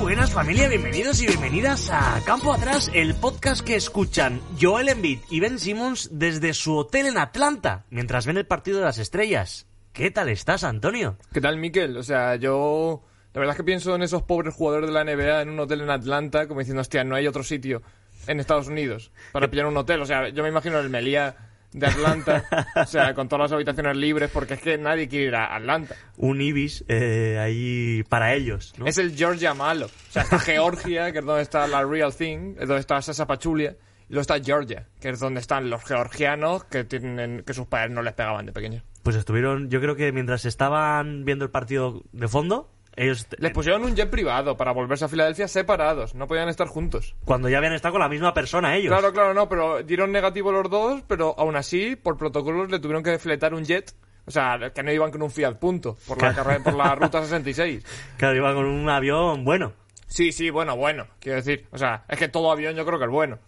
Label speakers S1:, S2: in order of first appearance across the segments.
S1: buenas familia, bienvenidos y bienvenidas a Campo Atrás, el podcast que escuchan Joel Embiid y Ben Simmons desde su hotel en Atlanta, mientras ven el partido de las estrellas. ¿Qué tal estás, Antonio?
S2: ¿Qué tal, Miquel? O sea, yo... La verdad es que pienso en esos pobres jugadores de la NBA en un hotel en Atlanta, como diciendo, hostia, no hay otro sitio en Estados Unidos para pillar un hotel. O sea, yo me imagino el Meliá de Atlanta, o sea, con todas las habitaciones libres, porque es que nadie quiere ir a Atlanta.
S1: Un Ibis eh, ahí para ellos, ¿no?
S2: Es el Georgia malo. O sea, está Georgia, que es donde está la Real Thing, es donde está Sasa Pachulia, y luego está Georgia, que es donde están los georgianos que, tienen, que sus padres no les pegaban de pequeños.
S1: Pues estuvieron, yo creo que mientras estaban viendo el partido de fondo, ellos
S2: Les pusieron un jet privado para volverse a Filadelfia separados, no podían estar juntos.
S1: cuando ya habían estado con la misma persona ellos.
S2: Claro, claro, no, pero dieron negativo los dos, pero aún así, por protocolos, le tuvieron que fletar un jet. O sea, que no iban con un Fiat Punto por la, carre- por la ruta 66.
S1: Claro, iba con un avión bueno.
S2: Sí, sí, bueno, bueno, quiero decir. O sea, es que todo avión yo creo que es bueno.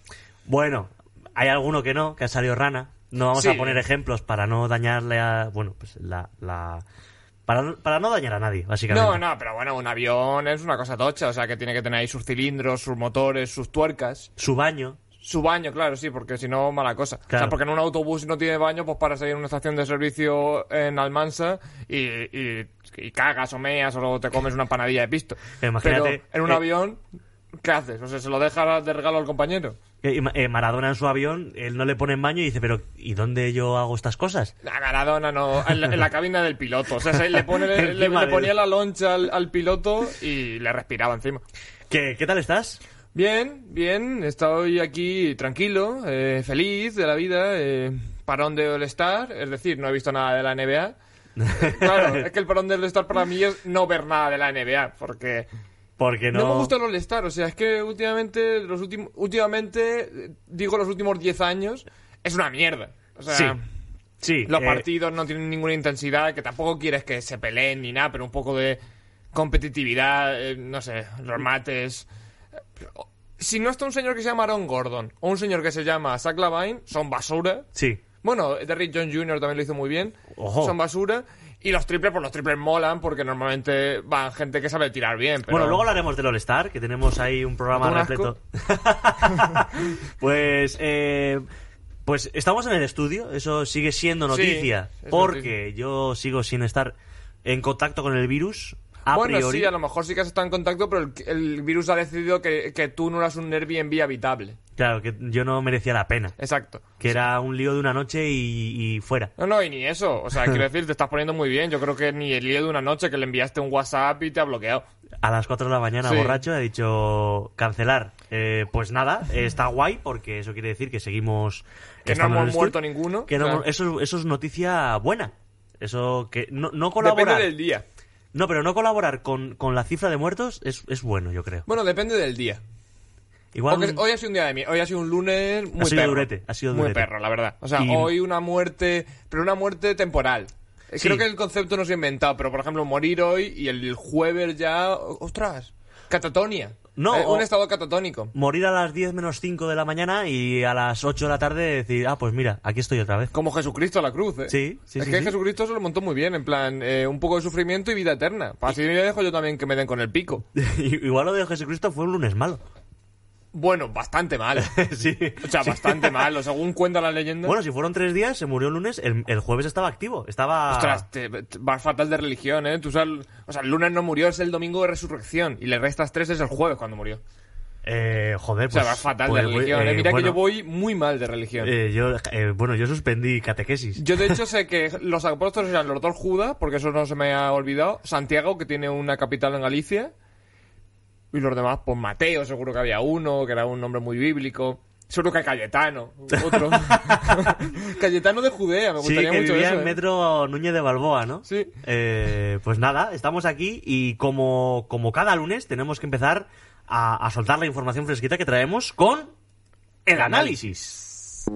S1: Bueno, hay alguno que no, que ha salido rana. No vamos
S2: Sí.
S1: a poner ejemplos para no dañarle a... Bueno, pues la... la- para, para no dañar a nadie, básicamente.
S2: No, no, pero bueno, un avión es una cosa tocha. O sea, que tiene que tener ahí sus cilindros, sus motores, sus tuercas.
S1: Su baño.
S2: Su baño, claro, sí, porque si no, mala cosa. O
S1: Claro.
S2: sea, porque en un autobús no tiene baño, pues paras ahí en una estación de servicio en Almansa y, y- y cagas o meas o luego te comes una empanadilla de pisto.
S1: Imagínate,
S2: Pero en un
S1: eh,
S2: avión, ¿qué haces? O sea, ¿se lo dejas de regalo al compañero?
S1: Eh, Ma- eh, Maradona en su avión, él no le pone en baño y dice, pero ¿y dónde yo hago estas cosas?
S2: La Maradona no, en la, en la cabina del piloto. O sea, se- le, pone- le- le
S1: Encima del-
S2: ponía la loncha al, al piloto y le respiraba encima.
S1: ¿Qué, qué tal estás?
S2: Bien, bien, estoy aquí tranquilo, eh, feliz de la vida, eh, parón de All-Star, es decir, no he visto nada de la NBA. Claro, es que el parón de All-Star para mí es no ver nada de la NBA, porque
S1: Porque no...
S2: no, me gusta el All-Star, o sea, es que últimamente, los últim- últimamente, eh, digo los últimos 10 años, es una mierda. O sea,
S1: Sí, sí.
S2: los
S1: eh,
S2: partidos no tienen ninguna intensidad, que tampoco quieres que se peleen ni nada, pero un poco de competitividad, eh, no sé, los mates. Si no está un señor que se llama Aaron Gordon o un señor que se llama Zach Lavine, son basura.
S1: Sí.
S2: Bueno, Derrick John Jr. también lo hizo muy bien.
S1: Ojo.
S2: Son basura. Y los triples, pues los triples molan porque normalmente van gente que sabe tirar bien. Pero...
S1: Bueno, luego hablaremos del All-Star, que tenemos ahí un programa
S2: Un
S1: repleto.
S2: asco.
S1: pues, eh, pues estamos en el estudio, eso sigue siendo noticia,
S2: es
S1: porque yo sigo sin estar en contacto con el virus, a
S2: bueno,
S1: priori.
S2: sí, a lo mejor sí que has estado en contacto, pero el, el virus ha decidido que, que tú no eras un Airbnb habitable.
S1: Claro, que yo no merecía la pena,
S2: Exacto.
S1: que era un lío de una noche y, y fuera.
S2: No, no, y ni eso. O sea, quiero decir, te estás poniendo muy bien. Yo creo que ni el lío de una noche que le enviaste un WhatsApp y te ha bloqueado.
S1: A las 4 de la mañana,
S2: Sí.
S1: borracho, he dicho cancelar. Eh, pues nada, eh, está guay, porque eso quiere decir que seguimos...
S2: Que no
S1: estando en el
S2: hemos muerto
S1: estudio.
S2: ninguno.
S1: Que no
S2: O sea,
S1: hemos- eso, eso es noticia buena. Eso que no, no
S2: depende
S1: colaborar.
S2: del día.
S1: No, pero no colaborar con, con la cifra de muertos es, es bueno, yo creo.
S2: Bueno, depende del día.
S1: Igual
S2: Porque hoy ha sido un día de mí. Hoy ha sido un lunes muy
S1: Ha sido
S2: perro.
S1: durete, ha sido
S2: muy
S1: durete.
S2: perro, la verdad. O sea,
S1: Y-
S2: hoy una muerte, pero una muerte temporal. Eh,
S1: Sí.
S2: Creo que el concepto no se ha inventado, pero por ejemplo, morir hoy y el jueves ya. ¡Ostras! Catatonia.
S1: No,
S2: Eh,
S1: o-
S2: un estado catatónico.
S1: morir a las 10 menos 5 de la mañana y a las 8 de la tarde decir, ah, pues mira, aquí estoy otra vez.
S2: Como Jesucristo a la cruz, ¿eh?
S1: Sí, sí,
S2: Es
S1: sí,
S2: que
S1: sí.
S2: Jesucristo se lo montó muy bien, en plan, eh, un poco de sufrimiento y vida eterna. Así me dejo yo también que me den con el pico.
S1: Igual lo de Jesucristo fue un lunes malo.
S2: Bueno, bastante mal.
S1: sí.
S2: O sea,
S1: Sí.
S2: bastante mal. O Según cuenta la leyenda.
S1: Bueno, si fueron tres días, se murió el lunes, el, el jueves estaba activo. Estaba...
S2: Ostras, te- te- vas fatal de religión, ¿eh? Tú sabes- o sea, el lunes no murió, es el domingo de resurrección. Y le restas tres, es el jueves cuando murió.
S1: Eh, joder,
S2: O sea,
S1: pues...
S2: vas fatal
S1: pues,
S2: de
S1: voy-
S2: religión, ¿eh?
S1: eh,
S2: Mira
S1: bueno,
S2: que yo voy muy mal de religión.
S1: eh, yo, eh, bueno, yo suspendí catequesis.
S2: Yo, de hecho, sé que los apóstoles eran los dos Judas, porque eso no se me ha olvidado. Santiago, que tiene una capital en Galicia. Y los demás, pues Mateo, seguro que había uno, que era un nombre muy bíblico. Seguro que Cayetano, otro. Cayetano de Judea, me
S1: Sí,
S2: gustaría
S1: que
S2: mucho
S1: vivía
S2: eso.
S1: en
S2: ¿eh?
S1: Metro Núñez de Balboa, ¿no?
S2: Sí.
S1: Eh, pues nada, estamos aquí y como, como cada lunes tenemos que empezar a, a soltar la información fresquita que traemos con el análisis.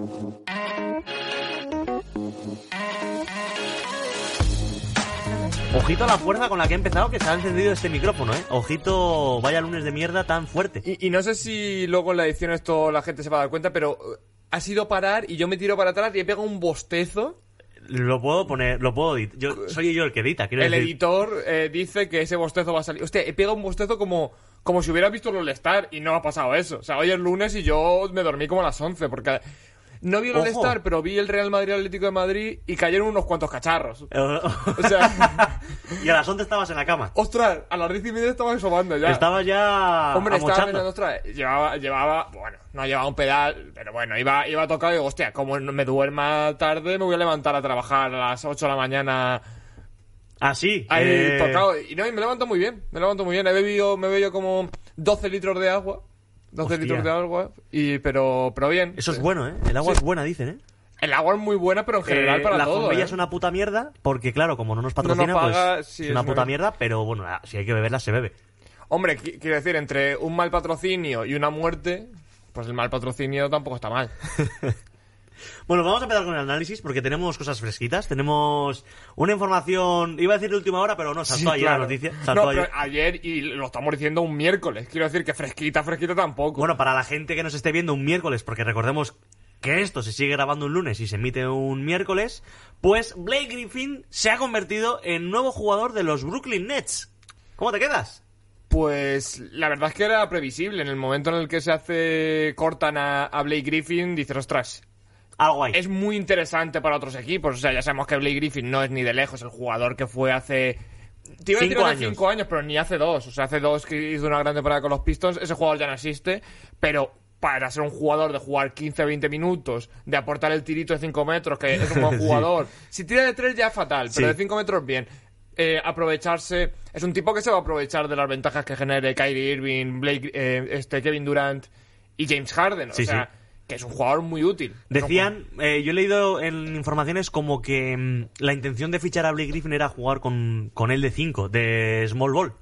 S1: Ojito a la fuerza con la que he empezado que se ha encendido este micrófono, ¿eh? Ojito, vaya lunes de mierda tan fuerte.
S2: Y, y no sé si luego en la edición esto la gente se va a dar cuenta, pero eh, ha sido parar y yo me tiro para atrás y he pegado un bostezo.
S1: Lo puedo poner, lo puedo editar. Yo, soy yo el que edita, quiero
S2: El
S1: decir.
S2: editor eh, dice que ese bostezo va a salir. Hostia, he pegado un bostezo como, como si hubiera visto los Star y no ha pasado eso. O sea, hoy es lunes y yo me dormí como a las 11 porque no vi el
S1: Ojo.
S2: Star, pero vi el Real Madrid Atlético de Madrid y cayeron unos cuantos cacharros. O
S1: y
S2: sea,
S1: a las 11 estabas en la cama.
S2: ostras, a las 10 y media estaban sobando ya.
S1: Estaba ya
S2: Hombre, estaba
S1: amochando.
S2: pensando, ostras, llevaba, llevaba, bueno, no llevaba un pedal, pero bueno, iba, iba tocado y digo, hostia, como no me duerma tarde, me voy a levantar a trabajar a las 8 de la mañana
S1: Así.
S2: ahí
S1: eh,
S2: tocado. Y no, y me levanto muy bien, me levanto muy bien. He bebido, me he bebido como 12 litros de agua, 12
S1: Hostia.
S2: litros de agua, y, pero, pero bien.
S1: Eso es bueno, ¿eh? El agua
S2: Sí.
S1: es buena, dicen, ¿eh?
S2: El agua es muy buena, pero en general
S1: Eh,
S2: para
S1: la
S2: todo.
S1: Zumbella
S2: ¿eh?
S1: es una puta mierda, porque claro, como no nos patrocina,
S2: paga,
S1: pues
S2: sí,
S1: es
S2: es
S1: una
S2: una
S1: puta
S2: mierda.
S1: mierda, pero bueno, ah, si hay que beberla, se bebe.
S2: Hombre, qui- quiero decir, entre un mal patrocinio y una muerte, pues el mal patrocinio tampoco está mal.
S1: Bueno, vamos a empezar con el análisis, porque tenemos cosas fresquitas, tenemos una información, iba a decir de última hora, pero no, saltó
S2: Sí,
S1: ayer
S2: claro.
S1: la noticia. Saltó
S2: No, pero
S1: ayer.
S2: ayer. y lo estamos diciendo un miércoles. Quiero decir que fresquita, fresquita tampoco.
S1: Bueno, para la gente que nos esté viendo un miércoles, porque recordemos que esto se sigue grabando un lunes y se emite un miércoles, pues Blake Griffin se ha convertido en nuevo jugador de los Brooklyn Nets. ¿Cómo te quedas?
S2: Pues la verdad es que era previsible. En el momento en el que se hace cortan a, a Blake Griffin, dices, ostras,
S1: Algo ahí.
S2: es muy interesante para otros equipos. O sea, ya sabemos que Blake Griffin no es ni de lejos el jugador que fue hace... Te iba a decir
S1: Cinco
S2: hace
S1: años.
S2: cinco años, pero ni hace dos. O sea, hace dos que hizo una gran temporada con los Pistons. Ese jugador ya no existe. Pero para ser un jugador de jugar 15-20 minutos, de aportar el tirito de 5 metros, que es un buen jugador. Si tira de tres ya es fatal, pero
S1: Sí.
S2: de 5 metros bien. Eh, aprovecharse. Es un tipo que se va a aprovechar de las ventajas que genere Kyrie Irving, Blake, eh, este, Kevin Durant y James Harden. O
S1: Sí,
S2: sea,
S1: sí.
S2: que es un jugador muy útil. Es un
S1: Decían, eh, yo he leído en informaciones como que mm, la intención de fichar a Blake Griffin era jugar con, con él de 5, de small ball.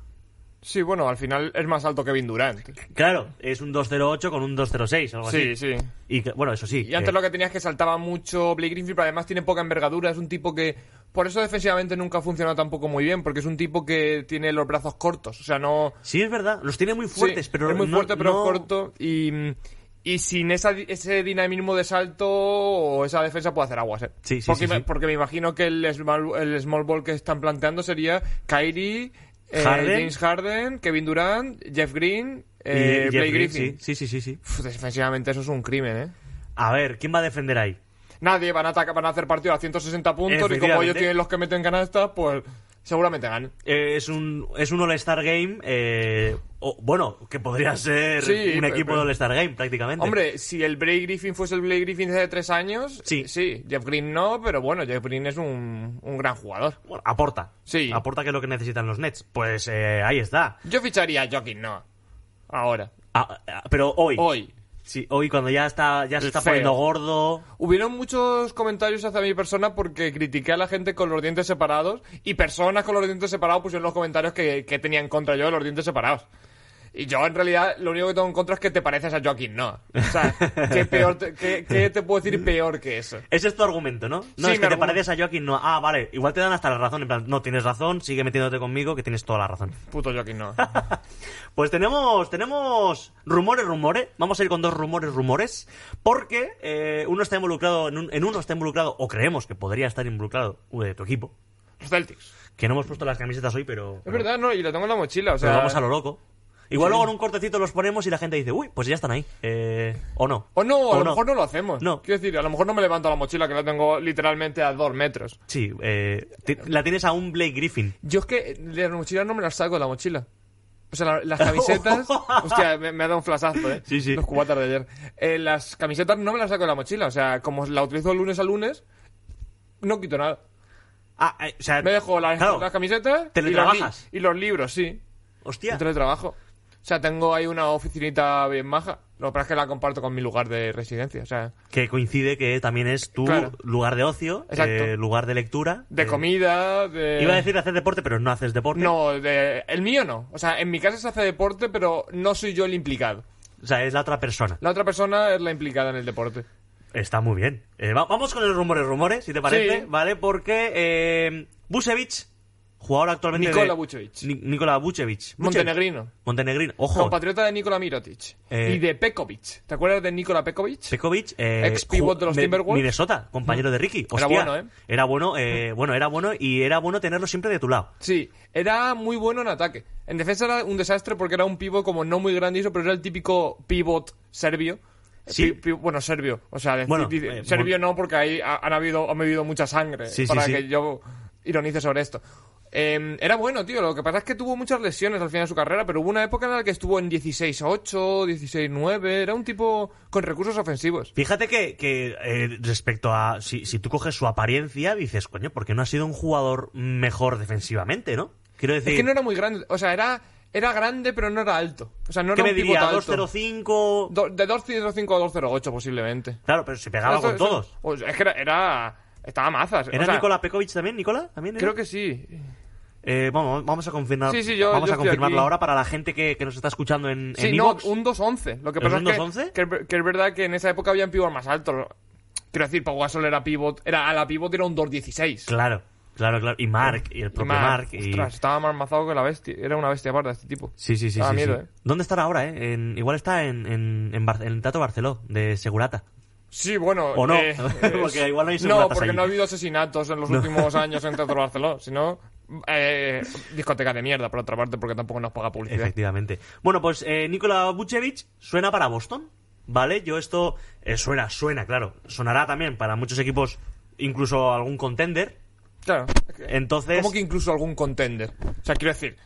S2: Sí, bueno, al final es más alto que Kevin Durant.
S1: Claro, es un 208 con un 206, algo
S2: Sí,
S1: así.
S2: sí.
S1: Y que- bueno, eso sí.
S2: Y antes
S1: eh,
S2: lo que tenías que saltaba mucho Blake Griffin, pero además tiene poca envergadura. Es un tipo que, por eso defensivamente nunca ha funcionado tampoco muy bien, porque es un tipo que tiene los brazos cortos. O sea, no.
S1: Sí, es verdad, los tiene muy
S2: sí,
S1: fuertes, pero
S2: es muy
S1: no-
S2: fuerte, pero
S1: no-
S2: corto. Y, y sin esa, di- ese dinamismo de salto o esa defensa puede hacer aguas. ¿eh?
S1: Sí, sí,
S2: porque,
S1: sí,
S2: me-
S1: sí.
S2: porque me imagino que el small, el small ball que están planteando sería Kyrie, eh,
S1: Harden.
S2: James Harden, Kevin Durant, Jeff Green, eh,
S1: y Jeff
S2: Blake
S1: Green,
S2: Griffin.
S1: Sí, sí, sí, sí. sí.
S2: Uf, defensivamente eso es un crimen, ¿eh?
S1: A ver, ¿quién va a defender ahí?
S2: Nadie van a, atacar, van a hacer partido a 160 puntos y como
S1: Efectivamente.
S2: ellos tienen los que meten canastas, pues seguramente ganen.
S1: Eh, es un es un All-Star Game, eh, o- bueno, que podría ser
S2: Sí,
S1: un
S2: pe-
S1: equipo
S2: pe-
S1: de All-Star Game prácticamente.
S2: Hombre, si el Blake Griffin fuese el Blake Griffin de hace tres años,
S1: Sí.
S2: eh, sí. Jeff Green no, pero bueno, Jeff Green es un, un gran jugador.
S1: Bueno, aporta.
S2: Sí.
S1: Aporta que es lo que necesitan los Nets. Pues eh, ahí está.
S2: Yo ficharía a Joaquín Noah. Ahora,
S1: Ah, ah, pero hoy.
S2: hoy.
S1: Sí, hoy cuando ya está ya se está
S2: Feo.
S1: poniendo gordo.
S2: Hubieron muchos comentarios hacia mi persona porque critiqué a la gente con los dientes separados y personas con los dientes separados pusieron los comentarios que, que tenía en contra yo de los dientes separados. Y yo, en realidad, lo único que tengo en contra es que te pareces a Joaquín Noah. O sea, ¿qué, peor te, qué- qué te puedo decir peor que eso?
S1: Ese es tu argumento, ¿no? No,
S2: Sí,
S1: es
S2: mi
S1: que te
S2: argumento.
S1: pareces a Joaquín Noah. Ah, vale. Igual te dan hasta la razón. En plan, no, tienes razón, sigue metiéndote conmigo, que tienes toda la razón.
S2: Puto Joaquín Noah.
S1: Pues tenemos, tenemos rumores, rumores. Vamos a ir con dos rumores, rumores. Porque eh, uno está involucrado, en, un- en uno está involucrado, o creemos que podría estar involucrado eh, tu equipo.
S2: Los Celtics.
S1: Que no hemos puesto las camisetas hoy, pero.
S2: Es verdad, no, y lo tengo en la mochila, o
S1: pero
S2: sea...
S1: vamos a lo loco. Igual luego en un cortecito los ponemos y la gente dice, uy, pues ya están ahí. Eh, o no.
S2: O no, a lo mejor no lo hacemos.
S1: No.
S2: Quiero decir, a lo mejor no me levanto la mochila que la tengo literalmente a dos metros.
S1: Sí, eh, ti- la tienes a un Blake Griffin.
S2: Yo es que de la mochila no me las saco de la mochila. O sea, la- las camisetas. hostia, me, me ha dado un flasazo, ¿eh?
S1: Sí, sí.
S2: Los cubatas de ayer. Eh, las camisetas no me las saco de la mochila. O sea, como la utilizo de lunes a lunes, no quito nada.
S1: Ah, eh, o sea,
S2: Me dejo las,
S1: claro,
S2: las camisetas. y los li-
S1: Teletrabajas.
S2: Y los libros, sí.
S1: Hostia.
S2: Un teletrabajo. O sea, tengo ahí una oficinita bien maja. Lo que pasa es que la comparto con mi lugar de residencia. O sea,
S1: Que coincide que también es tu
S2: Claro.
S1: lugar de ocio,
S2: Exacto.
S1: eh, lugar de lectura.
S2: de
S1: eh,
S2: comida, de.
S1: Iba a decir hacer deporte, pero no haces deporte.
S2: No, de... el mío no. O sea, en mi casa se hace deporte, pero no soy yo el implicado.
S1: O sea, es la otra persona.
S2: La otra persona es la implicada en el deporte.
S1: Está muy bien. Eh, va- vamos con el rumores, rumores, si te parece,
S2: Sí.
S1: ¿vale? Porque eh, Busevich, jugador actualmente de-
S2: Nikola Vucevic.
S1: Ni- Nikola Vucevic.
S2: Montenegrino.
S1: Montenegrino. Ojo,
S2: Compatriota de Nikola Mirotic.
S1: Eh.
S2: Y de Pekovic. ¿Te acuerdas de Nikola Pekovic?
S1: Pekovic, eh,
S2: Ex pivot
S1: ju-
S2: de los
S1: Mi-
S2: Timberwolves.
S1: Minnesota, compañero de Ricky. Hostia,
S2: Era bueno, ¿eh?
S1: Era bueno, eh, bueno, era bueno y era bueno tenerlo siempre de tu lado.
S2: Sí, era muy bueno en ataque. En defensa era un desastre porque era un pivot como no muy grande, y eso, pero era el típico pivot serbio. Eh,
S1: Sí.
S2: Pi- pi- bueno, serbio. O sea, decir-
S1: Bueno,
S2: dice-
S1: eh,
S2: serbio no, porque ahí ha- han habido, han bebido mucha sangre
S1: Sí, sí,
S2: para
S1: sí.
S2: que yo ironice sobre esto. Eh, era bueno, tío. Lo que pasa es que tuvo muchas lesiones al final de su carrera, pero hubo una época en la que estuvo en 16-8, 16-9. Era un tipo con recursos ofensivos.
S1: Fíjate que, que, eh, respecto a si, si tú coges su apariencia, dices, coño, ¿por qué no ha sido un jugador mejor defensivamente, no? Quiero decir,
S2: Es que no era muy grande. O sea, era, era grande, pero no era alto. O sea, no
S1: ¿qué
S2: era
S1: me
S2: un pivot
S1: diría?
S2: alto.
S1: 205.
S2: Do- de 205 a 208 posiblemente.
S1: Claro, pero se pegaba
S2: Eso-
S1: Ah, con
S2: eso-
S1: todos.
S2: o sea, es que era, era- estaba mazas.
S1: ¿Era
S2: o sea,
S1: Nikola Pekovic también, Nicola? ¿También era?
S2: Creo que sí.
S1: Eh, vamos, vamos a confirmar,
S2: Sí, sí, yo-
S1: vamos
S2: yo
S1: a
S2: estoy
S1: confirmarlo
S2: aquí.
S1: ahora para la gente que, que nos está escuchando en,
S2: Sí,
S1: en
S2: no,
S1: iVoox.
S2: un 211. Lo que
S1: ¿Es
S2: pasa
S1: un
S2: es que-
S1: 2-11?
S2: que, es ver- que es verdad que en esa época habían pivot más altos. Quiero decir, Pau Gasol era pivot, era a la pivot era un 216.
S1: Claro, claro, claro. Y Mark, y el
S2: Y
S1: propio
S2: más-
S1: Mark. y-
S2: Ostras, estaba más mazado que la bestia. Era una bestia parda este tipo.
S1: Sí, sí, sí.
S2: Daba
S1: sí,
S2: miedo,
S1: sí.
S2: ¿eh?
S1: ¿Dónde estará ahora, eh? En- igual está en, en, en, Bar- en el Teatro Barceló, de Segurata.
S2: Sí, bueno.
S1: O no,
S2: eh,
S1: porque igual no hay
S2: No,
S1: seguratas
S2: porque
S1: allí.
S2: no ha habido asesinatos en los últimos años en Teatro Barceló. Sino, eh, discoteca de mierda, por otra parte, porque tampoco nos paga publicidad.
S1: Efectivamente. Bueno, pues eh, Nikola Vucevic suena para Boston, ¿vale? Yo esto eh, suena, suena, claro. Sonará también para muchos equipos, incluso algún contender.
S2: Claro. es que-
S1: Entonces...
S2: Como que incluso algún contender. O sea, quiero decir,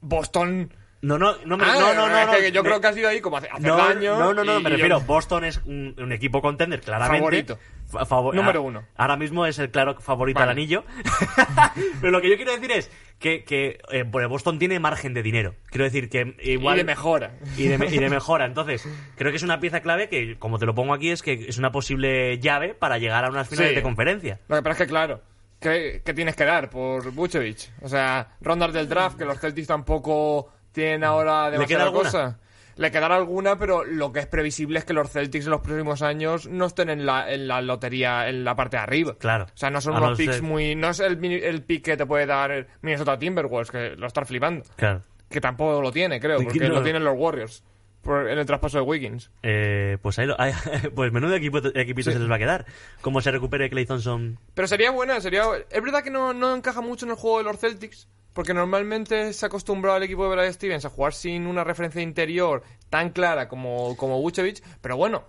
S2: Boston.
S1: No, no, no, me-
S2: Ah,
S1: no, no, no,
S2: es
S1: no,
S2: que yo
S1: me-
S2: creo que ha sido ahí como hace, hace
S1: no,
S2: daño.
S1: No, no, no,
S2: y-
S1: me
S2: y yo-
S1: refiero. Boston es un, un equipo contender, claramente.
S2: Favorito.
S1: Fa- favo-
S2: Número
S1: a-
S2: uno.
S1: Ahora mismo es el claro favorito
S2: Vale.
S1: al anillo. Pero lo que yo quiero decir es que, que, eh, bueno, Boston tiene margen de dinero. Quiero decir que igual.
S2: y de mejora.
S1: Y de, me- y de mejora. Entonces, creo que es una pieza clave que, como te lo pongo aquí, es que es una posible llave para llegar a unas finales
S2: Sí.
S1: de conferencia.
S2: Lo que pasa es que, claro, ¿qué, qué tienes que dar por Vucevic? O sea, rondas del draft, que los Celtics tampoco tienen ahora demasiada
S1: queda alguna?
S2: cosa. Le quedará alguna, pero lo que es previsible es que los Celtics en los próximos años no estén en la, en la lotería, en la parte de arriba.
S1: Claro.
S2: O sea, no son
S1: A
S2: unos
S1: no
S2: picks
S1: ser-
S2: muy. No es el, mini- el pick que te puede dar Minnesota Timberwolves, que lo estás flipando.
S1: Claro.
S2: Que tampoco lo tiene, creo,
S1: Que
S2: porque
S1: no.
S2: lo tienen los Warriors por- en el traspaso de Wiggins.
S1: Eh, pues ahí lo- pues menudo equipo, equipito se les va a quedar. Como se recupere Clay Thompson
S2: Pero sería buena, sería... Es verdad que no, no encaja mucho en el juego de los Celtics, porque normalmente se ha acostumbrado al equipo de Brad Stevens a jugar sin una referencia interior tan clara como, como Vucevic, pero bueno,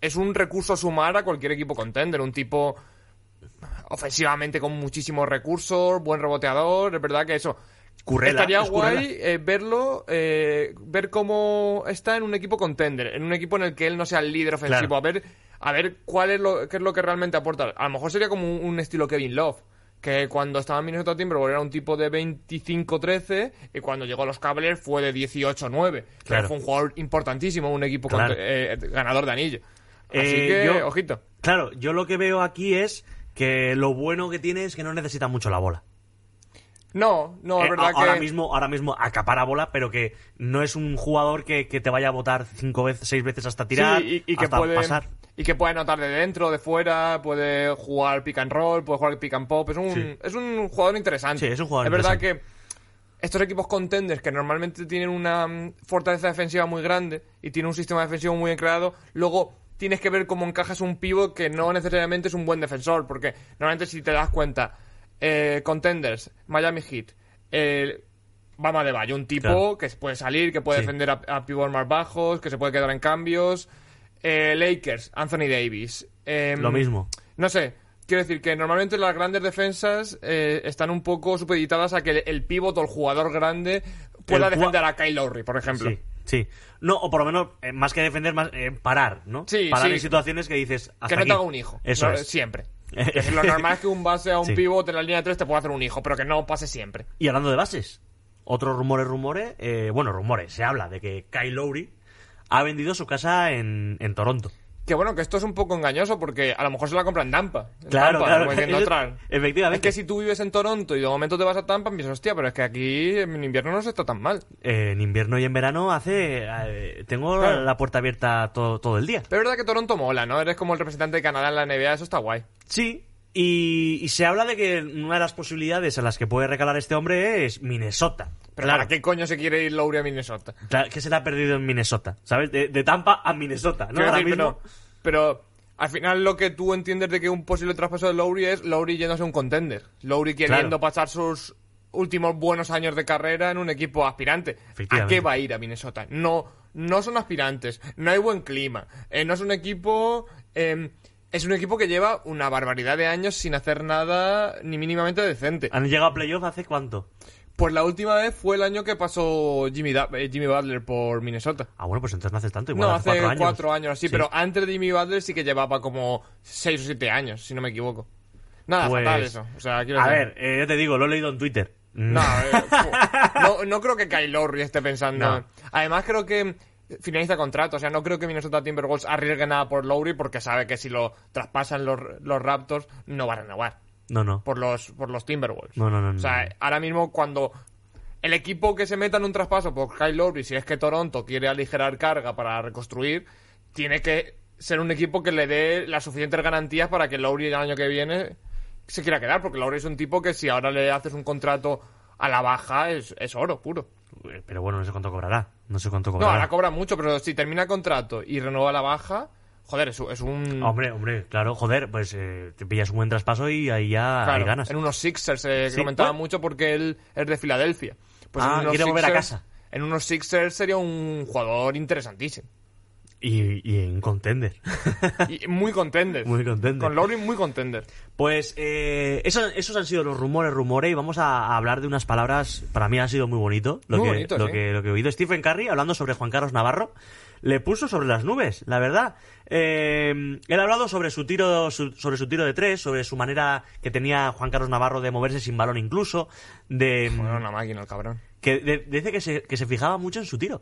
S2: es un recurso a sumar a cualquier equipo contender, un tipo ofensivamente con muchísimos recursos, buen reboteador, es verdad que eso...
S1: Currela,
S2: Estaría
S1: es Currela.
S2: guay eh, verlo, eh, ver cómo está en un equipo contender, en un equipo en el que él no sea el líder ofensivo,
S1: Claro.
S2: a ver a ver cuál es lo, qué es lo que realmente aporta. A lo mejor sería como un, un estilo Kevin Love, que cuando estaba en Minnesota Timberwolves era un tipo de 25-13 y cuando llegó a los Cavaliers fue de 18-9.
S1: Claro.
S2: Claro. Fue un jugador importantísimo, un equipo
S1: Claro.
S2: contra- eh, ganador de anillo. Así
S1: Eh,
S2: que,
S1: yo-
S2: ojito.
S1: Claro, yo lo que veo aquí es que lo bueno que tiene es que no necesita mucho la bola.
S2: No, no,
S1: Eh,
S2: es verdad
S1: a- ahora
S2: que...
S1: mismo, ahora mismo acapara bola, pero que no es un jugador que, que te vaya a votar cinco veces, seis veces hasta tirar,
S2: Sí, y, y que
S1: hasta
S2: puede
S1: pasar.
S2: y que puede anotar de dentro, de fuera, puede jugar pick and roll, puede jugar pick and pop, es un,
S1: Sí.
S2: es un jugador interesante.
S1: Sí, es un jugador
S2: verdad que estos equipos contenders que normalmente tienen una mm, fortaleza defensiva muy grande y tienen un sistema defensivo muy bien creado, luego tienes que ver cómo encajas un pivo que no necesariamente es un buen defensor, porque normalmente si te das cuenta, eh, contenders, Miami Heat, eh, Bama de Valle, un tipo
S1: Claro.
S2: que puede salir, que puede
S1: Sí.
S2: defender a, a pivots más bajos, que se puede quedar en cambios. Eh, Lakers, Anthony Davis. Em,
S1: Lo mismo.
S2: No sé. Quiero decir que normalmente las grandes defensas eh, están un poco supeditadas a que el, el pívot o el jugador grande pueda
S1: El cua-
S2: defender a Kyle Lowry, por ejemplo.
S1: Sí, sí. No, o por lo menos, eh, más que defender, más eh, parar, ¿no?
S2: Sí,
S1: parar
S2: sí.
S1: en situaciones que dices. Hasta
S2: que no
S1: aquí.
S2: te haga un hijo.
S1: Eso
S2: No,
S1: es.
S2: Siempre. Que si lo normal es que un base a un
S1: Sí.
S2: pívot en la línea 3 te pueda hacer un hijo, pero que no pase siempre.
S1: Y hablando de bases, otros rumores, rumores, eh, bueno, rumores, se habla de que Kyle Lowry ha vendido su casa en, en Toronto.
S2: Que bueno, que esto es un poco engañoso porque a lo mejor se la compran Tampa. en
S1: Claro,
S2: Tampa,
S1: claro.
S2: como diciendo,
S1: Eso-
S2: "Ostras,
S1: efectivamente.
S2: Es que si tú vives en Toronto y de momento te vas a Tampa, piensas, hostia, pero es que aquí en invierno no se está tan mal.
S1: Eh, en invierno y en verano hace. eh, tengo
S2: Claro.
S1: la puerta abierta todo, todo el día.
S2: Pero es verdad que Toronto mola, ¿no? Eres como el representante de Canadá en la NBA, eso está guay.
S1: Sí, Y, y se habla de que una de las posibilidades a las que puede recalar este hombre es Minnesota.
S2: Pero
S1: Claro,
S2: ¿para qué coño se quiere ir Lowry a Minnesota?
S1: claro, que se le ha perdido en Minnesota, ¿sabes? De, de Tampa a Minnesota, ¿no?
S2: Quiero
S1: Ahora
S2: decir,
S1: mismo.
S2: pero, pero al final lo que tú entiendes de que un posible traspaso de Lowry es Lowry yéndose a un contender. Lowry queriendo
S1: Claro.
S2: pasar sus últimos buenos años de carrera en un equipo aspirante. ¿A
S1: Efectivamente.
S2: qué va a ir a Minnesota? No, no son aspirantes, no hay buen clima, eh, no es un equipo... eh, es un equipo que lleva una barbaridad de años sin hacer nada ni mínimamente decente.
S1: ¿Han llegado a playoff hace cuánto?
S2: Pues la última vez fue el año que pasó Jimmy, Da- eh, Jimmy Butler por Minnesota.
S1: Ah, bueno, pues entonces no hace tanto, igual
S2: No,
S1: hace,
S2: hace
S1: cuatro años.
S2: así, pero antes de Jimmy Butler sí que llevaba como 6 o 7 años, si no me equivoco. Nada,
S1: Pues-
S2: fatal eso. O sea, quiero
S1: A
S2: decir-
S1: ver, eh, yo te digo, lo he leído en Twitter.
S2: No, eh, fu- no, no creo que Kyle Lowry esté pensando.
S1: No.
S2: Además, creo que finaliza contrato. O sea, no creo que Minnesota Timberwolves arriesgue nada por Lowry porque sabe que si lo traspasan los, los Raptors no va a renovar
S1: No, no.
S2: por los, por los Timberwolves.
S1: No, no, no,
S2: O
S1: no,
S2: sea,
S1: no.
S2: ahora mismo cuando el equipo que se meta en un traspaso por Kyle Lowry, si es que Toronto quiere aligerar carga para reconstruir, tiene que ser un equipo que le dé las suficientes garantías para que Lowry el año que viene se quiera quedar, porque Lowry es un tipo que si ahora le haces un contrato a la baja es, es oro puro.
S1: Eh, Pero bueno, no sé cuánto cobrará. No sé cuánto
S2: No,
S1: cobrará.
S2: ahora cobra mucho, pero si termina contrato y renueva a la baja, joder, es, un- es un...
S1: Hombre, hombre, claro, joder, pues eh, te pillas un buen traspaso y ahí ya ahí
S2: Claro,
S1: ganas.
S2: en unos Sixers eh, que
S1: Sí,
S2: comentaba
S1: bueno.
S2: mucho porque él es de Filadelfia. Pues
S1: Ah,
S2: en unos
S1: quiere volver a casa.
S2: En unos Sixers sería un jugador interesantísimo.
S1: Y, y en contender.
S2: Y muy contender.
S1: Muy contender.
S2: Con Lowry muy contender.
S1: Pues eh, eso- esos han sido los rumores, rumores, y vamos a, a hablar de unas palabras. Para mí ha sido muy bonito lo,
S2: Muy
S1: que,
S2: bonito,
S1: lo,
S2: sí.
S1: que, lo que he oído. Stephen Curry, hablando sobre Juan Carlos Navarro, le puso sobre las nubes, la verdad. Eh, él ha hablado sobre su, tiro, su- sobre su tiro de tres, sobre su manera que tenía Juan Carlos Navarro de moverse sin balón incluso, de
S2: Bueno, una máquina el cabrón.
S1: que de- dice que se, que se fijaba mucho en su tiro.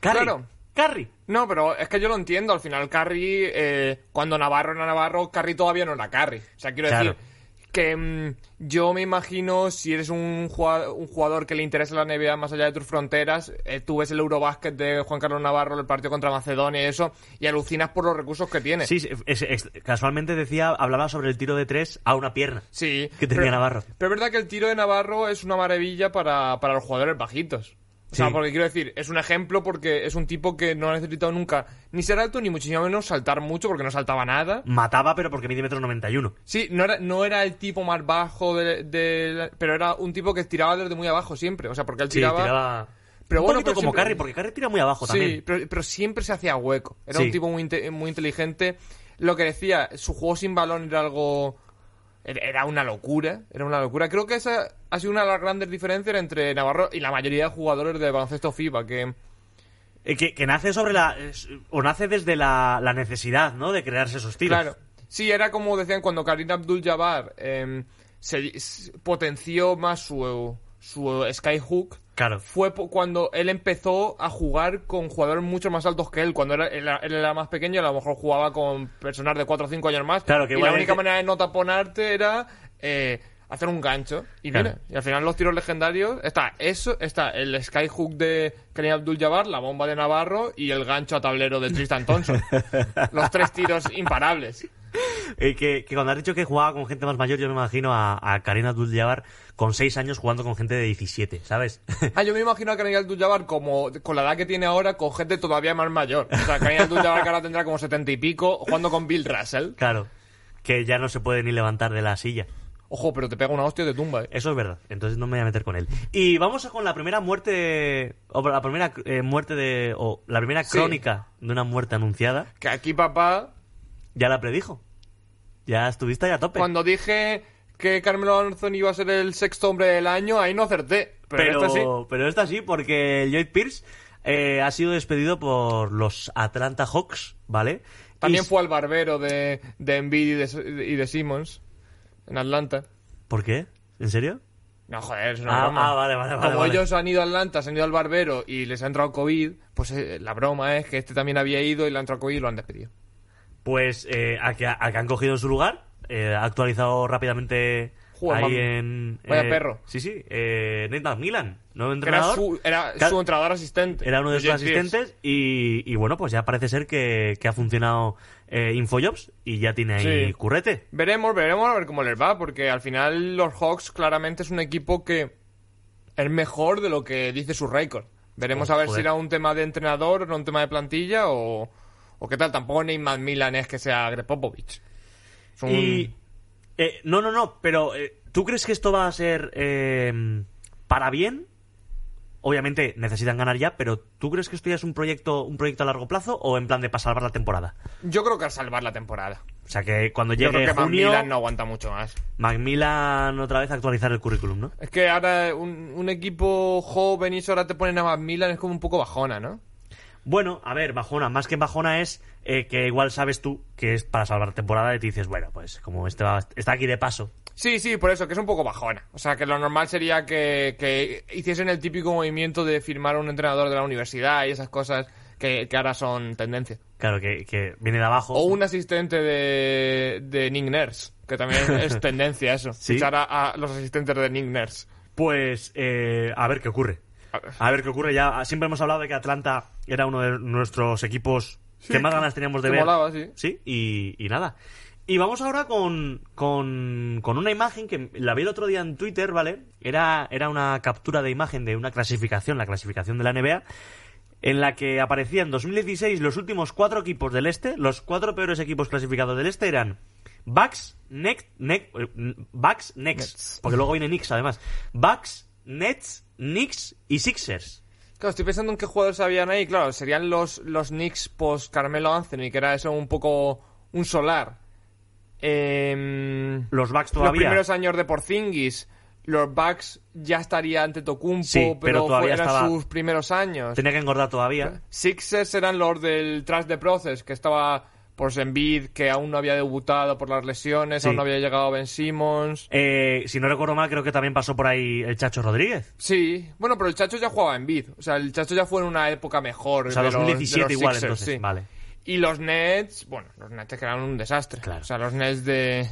S1: Curry,
S2: Claro.
S1: Curry.
S2: No, pero es que yo lo entiendo. Al final, Carry, eh, cuando Navarro era Navarro, Carry todavía no era Carry. O sea, quiero
S1: Claro.
S2: decir que mm, yo me imagino si eres un jugador, un jugador que le interesa la NBA más allá de tus fronteras, eh, tú ves el Eurobásquet de Juan Carlos Navarro, el partido contra Macedonia y eso, y alucinas por los recursos que tiene.
S1: Sí, sí, es- es- casualmente decía, hablaba sobre el tiro de tres a una pierna.
S2: Sí,
S1: Que tenía
S2: pero-
S1: Navarro.
S2: Pero es verdad que el tiro de Navarro es una maravilla para, para los jugadores bajitos. O sea,
S1: Sí.
S2: porque quiero decir, es un ejemplo porque es un tipo que no ha necesitado nunca ni ser alto ni muchísimo menos saltar mucho porque no saltaba nada.
S1: Mataba, pero porque mide metro 91.
S2: Sí, no era, no era el tipo más bajo, de, de la- pero era un tipo que tiraba desde muy abajo siempre. O sea, porque él
S1: Sí,
S2: tiraba.
S1: tiraba.
S2: Pero
S1: un
S2: bueno,
S1: poquito
S2: pero
S1: como
S2: siempre-
S1: Carry, porque Carry tira muy abajo
S2: Sí,
S1: también.
S2: pero, pero siempre se hacía hueco. Era
S1: Sí.
S2: un tipo muy, inte- muy inteligente. Lo que decía, su juego sin balón era algo. Era era una locura, era una locura. Creo que esa ha sido una de las grandes diferencias entre Navarro y la mayoría de jugadores de baloncesto FIBA, que
S1: Eh, Que, que nace sobre la. es- o nace desde la, la necesidad, ¿no? De crearse esos tiros.
S2: Claro. Sí, era como decían cuando Karim Abdul-Jabbar em, se s- potenció más su, su skyhook.
S1: Claro.
S2: Fue po- cuando él empezó a jugar con jugadores mucho más altos que él. Cuando era, él, era- él era más pequeño, a lo mejor jugaba con personas de 4 o 5 años más.
S1: Claro, que
S2: y
S1: igual
S2: la única
S1: es-
S2: manera de no taponarte era eh, hacer un gancho. Y
S1: Claro.
S2: mira, y al final los tiros legendarios... Está eso, está el skyhook de Karim Abdul-Jabbar, la bomba de Navarro y el gancho a tablero de Tristan Thompson. los tres tiros imparables.
S1: Eh, que, que cuando has dicho que jugaba con gente más mayor, yo me imagino a, a Karina Abdul-Jabbar con 6 años jugando con gente de 17, ¿sabes?
S2: Ah, yo me imagino a Karim Abdul-Jabbar como con la edad que tiene ahora con gente todavía más mayor. O sea, Karim Abdul-Jabbar que ahora tendrá como setenta y pico jugando con Bill Russell.
S1: claro. Que ya no se puede ni levantar de la silla.
S2: Ojo, pero te pega una hostia de tumba. eh.
S1: Eso es verdad. Entonces no me voy a meter con él. Y vamos a con la primera muerte. O la primera eh, muerte de. O la primera
S2: Sí.
S1: crónica de una muerte anunciada.
S2: Que aquí papá,
S1: Ya la predijo. Ya estuviste ahí a tope.
S2: cuando dije que Carmelo Anthony iba a ser el sexto hombre del año, ahí no acerté. Pero,
S1: pero,
S2: esta sí.
S1: pero esta sí, porque el Lloyd Pierce eh, ha sido despedido por los Atlanta Hawks, ¿vale?
S2: También
S1: Y-
S2: fue al barbero de, de Embiid y de, y de Simmons en Atlanta.
S1: ¿Por qué? ¿En serio?
S2: No, joder, es una
S1: Ah,
S2: broma.
S1: ah, vale, vale, vale,
S2: Como
S1: vale.
S2: ellos han ido a Atlanta, se han ido al barbero y les ha entrado COVID, pues eh, la broma es que este también había ido y le ha entrado COVID y lo han despedido.
S1: Pues eh, al, que, al que han cogido en su lugar, eh, ha actualizado rápidamente
S2: Joder,
S1: ahí
S2: mami.
S1: en...
S2: Vaya
S1: eh,
S2: perro.
S1: Sí, sí, eh, Nate McMillan, nuevo
S2: Que Era
S1: entrenador.
S2: su, era
S1: Claro.
S2: su entrenador asistente.
S1: Era uno de sus
S2: Jay Pierce.
S1: asistentes y, y bueno, pues ya parece ser que, que ha funcionado eh, Infojobs y ya tiene ahí
S2: Sí.
S1: currete.
S2: Veremos, veremos a ver cómo les va, porque al final los Hawks claramente es un equipo que es mejor de lo que dice su récord. Veremos
S1: Oh,
S2: a ver
S1: joder.
S2: si era un tema de entrenador, no un tema de plantilla o, o qué tal. Tampoco Neymar Milan es que sea Greg Popovich. Es un-
S1: Y... eh, no, no, no, pero eh, ¿tú crees que esto va a ser eh, para bien? Obviamente necesitan ganar ya, pero ¿tú crees que esto ya es un proyecto, un proyecto a largo plazo o en plan de para salvar la temporada?
S2: Yo creo que a salvar la temporada.
S1: O sea que cuando
S2: Yo creo
S1: llegue
S2: que Van
S1: junio,
S2: Milan no aguanta mucho más.
S1: Macmillan otra vez a actualizar el currículum, ¿no?
S2: Es que ahora un, un equipo joven y eso ahora te ponen a Van Milan es como un poco bajona, ¿no?
S1: Bueno, a ver, bajona, más que bajona es eh, que igual sabes tú que es para salvar temporada y te dices, bueno, pues como este va- está aquí de paso,
S2: Sí, sí, por eso, que es un poco bajona. O sea, que lo normal sería que, que hiciesen el típico movimiento de firmar a un entrenador de la universidad y esas cosas que, que ahora son tendencia.
S1: claro, que, que viene de abajo.
S2: O un asistente de, de Nick Nurse, que también es tendencia eso.
S1: Sí.
S2: Fichar a, a los asistentes de Nick Nurse.
S1: Pues eh, a ver qué ocurre.
S2: A ver.
S1: A ver qué ocurre. Ya siempre hemos hablado de que Atlanta era uno de nuestros equipos que más ganas teníamos de
S2: que
S1: ver.
S2: molaba, sí.
S1: y, y nada. Y vamos ahora con, con, con una imagen que la vi el otro día en Twitter, ¿vale? Era, era una captura de imagen de una clasificación, la clasificación de la NBA, en la que aparecían en 2016 los últimos cuatro equipos del Este. Los cuatro peores equipos clasificados del Este eran Bucks, Nex, Nex- eh, Bucks, Nex,
S2: Nets.
S1: porque luego viene Knicks además. Bucks, Nets, Knicks y Sixers.
S2: Claro, estoy pensando en qué jugadores habían ahí. Claro, serían los, los Knicks post Carmelo Anthony, que era eso un poco un solar. Em,
S1: Los Bucks
S2: Los
S1: todavía.
S2: primeros años de Porzingis, los Bucks ya estaría ante Tocumpo,
S1: Sí, pero
S2: pero,
S1: todavía
S2: eran
S1: estaba-
S2: sus primeros años.
S1: Tenía que engordar todavía.
S2: Sixers eran los del Trash the Process, que estaba por Embiid, que aún no había debutado por las lesiones,
S1: Sí.
S2: aún no había llegado Ben Simmons.
S1: Eh, si no recuerdo mal, creo que también pasó por ahí el Chacho Rodríguez.
S2: Sí, bueno, pero el Chacho ya jugaba en Embiid. O sea, el Chacho ya fue en una época mejor.
S1: O sea,
S2: de los- de
S1: 2017
S2: los
S1: igual,
S2: Sixers,
S1: entonces.
S2: sí.
S1: Vale.
S2: Y los Nets, bueno, los Nets que eran un desastre.
S1: Claro.
S2: O sea, los Nets de,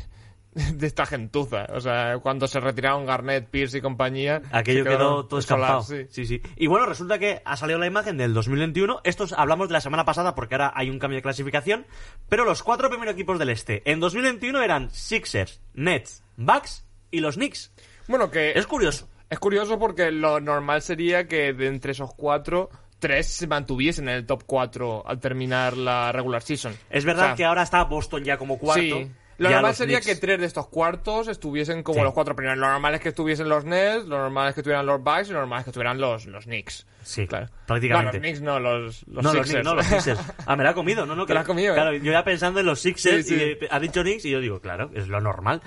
S2: de esta gentuza. O sea, cuando se retiraron Garnett, Pierce y compañía.
S1: Aquello
S2: se
S1: quedó
S2: quedaron
S1: todo
S2: solar,
S1: escampado.
S2: sí.
S1: sí, sí. Y bueno, resulta que ha salido la imagen del 2021. Estos hablamos de la semana pasada porque ahora hay un cambio de clasificación. Pero los cuatro primeros equipos del este en 2021 eran Sixers, Nets, Bucks y los Knicks.
S2: Bueno, que
S1: Es
S2: es...
S1: curioso.
S2: curioso porque lo normal sería que de entre esos cuatro, tres se mantuviesen en el top cuatro al terminar la regular season.
S1: Es verdad
S2: O sea,
S1: que ahora está Boston ya como cuarto.
S2: Sí. Lo
S1: Ya
S2: normal
S1: los
S2: sería
S1: Knicks-
S2: que tres de estos cuartos estuviesen como
S1: Sí.
S2: los cuatro primeros. Lo normal es que estuviesen los Nets, lo normal es que tuvieran los Bucks y lo normal es que tuvieran los, los Knicks.
S1: Sí,
S2: Claro.
S1: prácticamente.
S2: No, los Knicks no, los, los
S1: no,
S2: Sixers.
S1: los Knicks, no, los Sixers. Ah, me la ha comido, no, no.
S2: Te la has comido, ¿eh?
S1: Claro, yo ya pensando en los Sixers,
S2: Sí,
S1: y
S2: sí.
S1: de- ha dicho Knicks y yo digo, claro, es lo normal.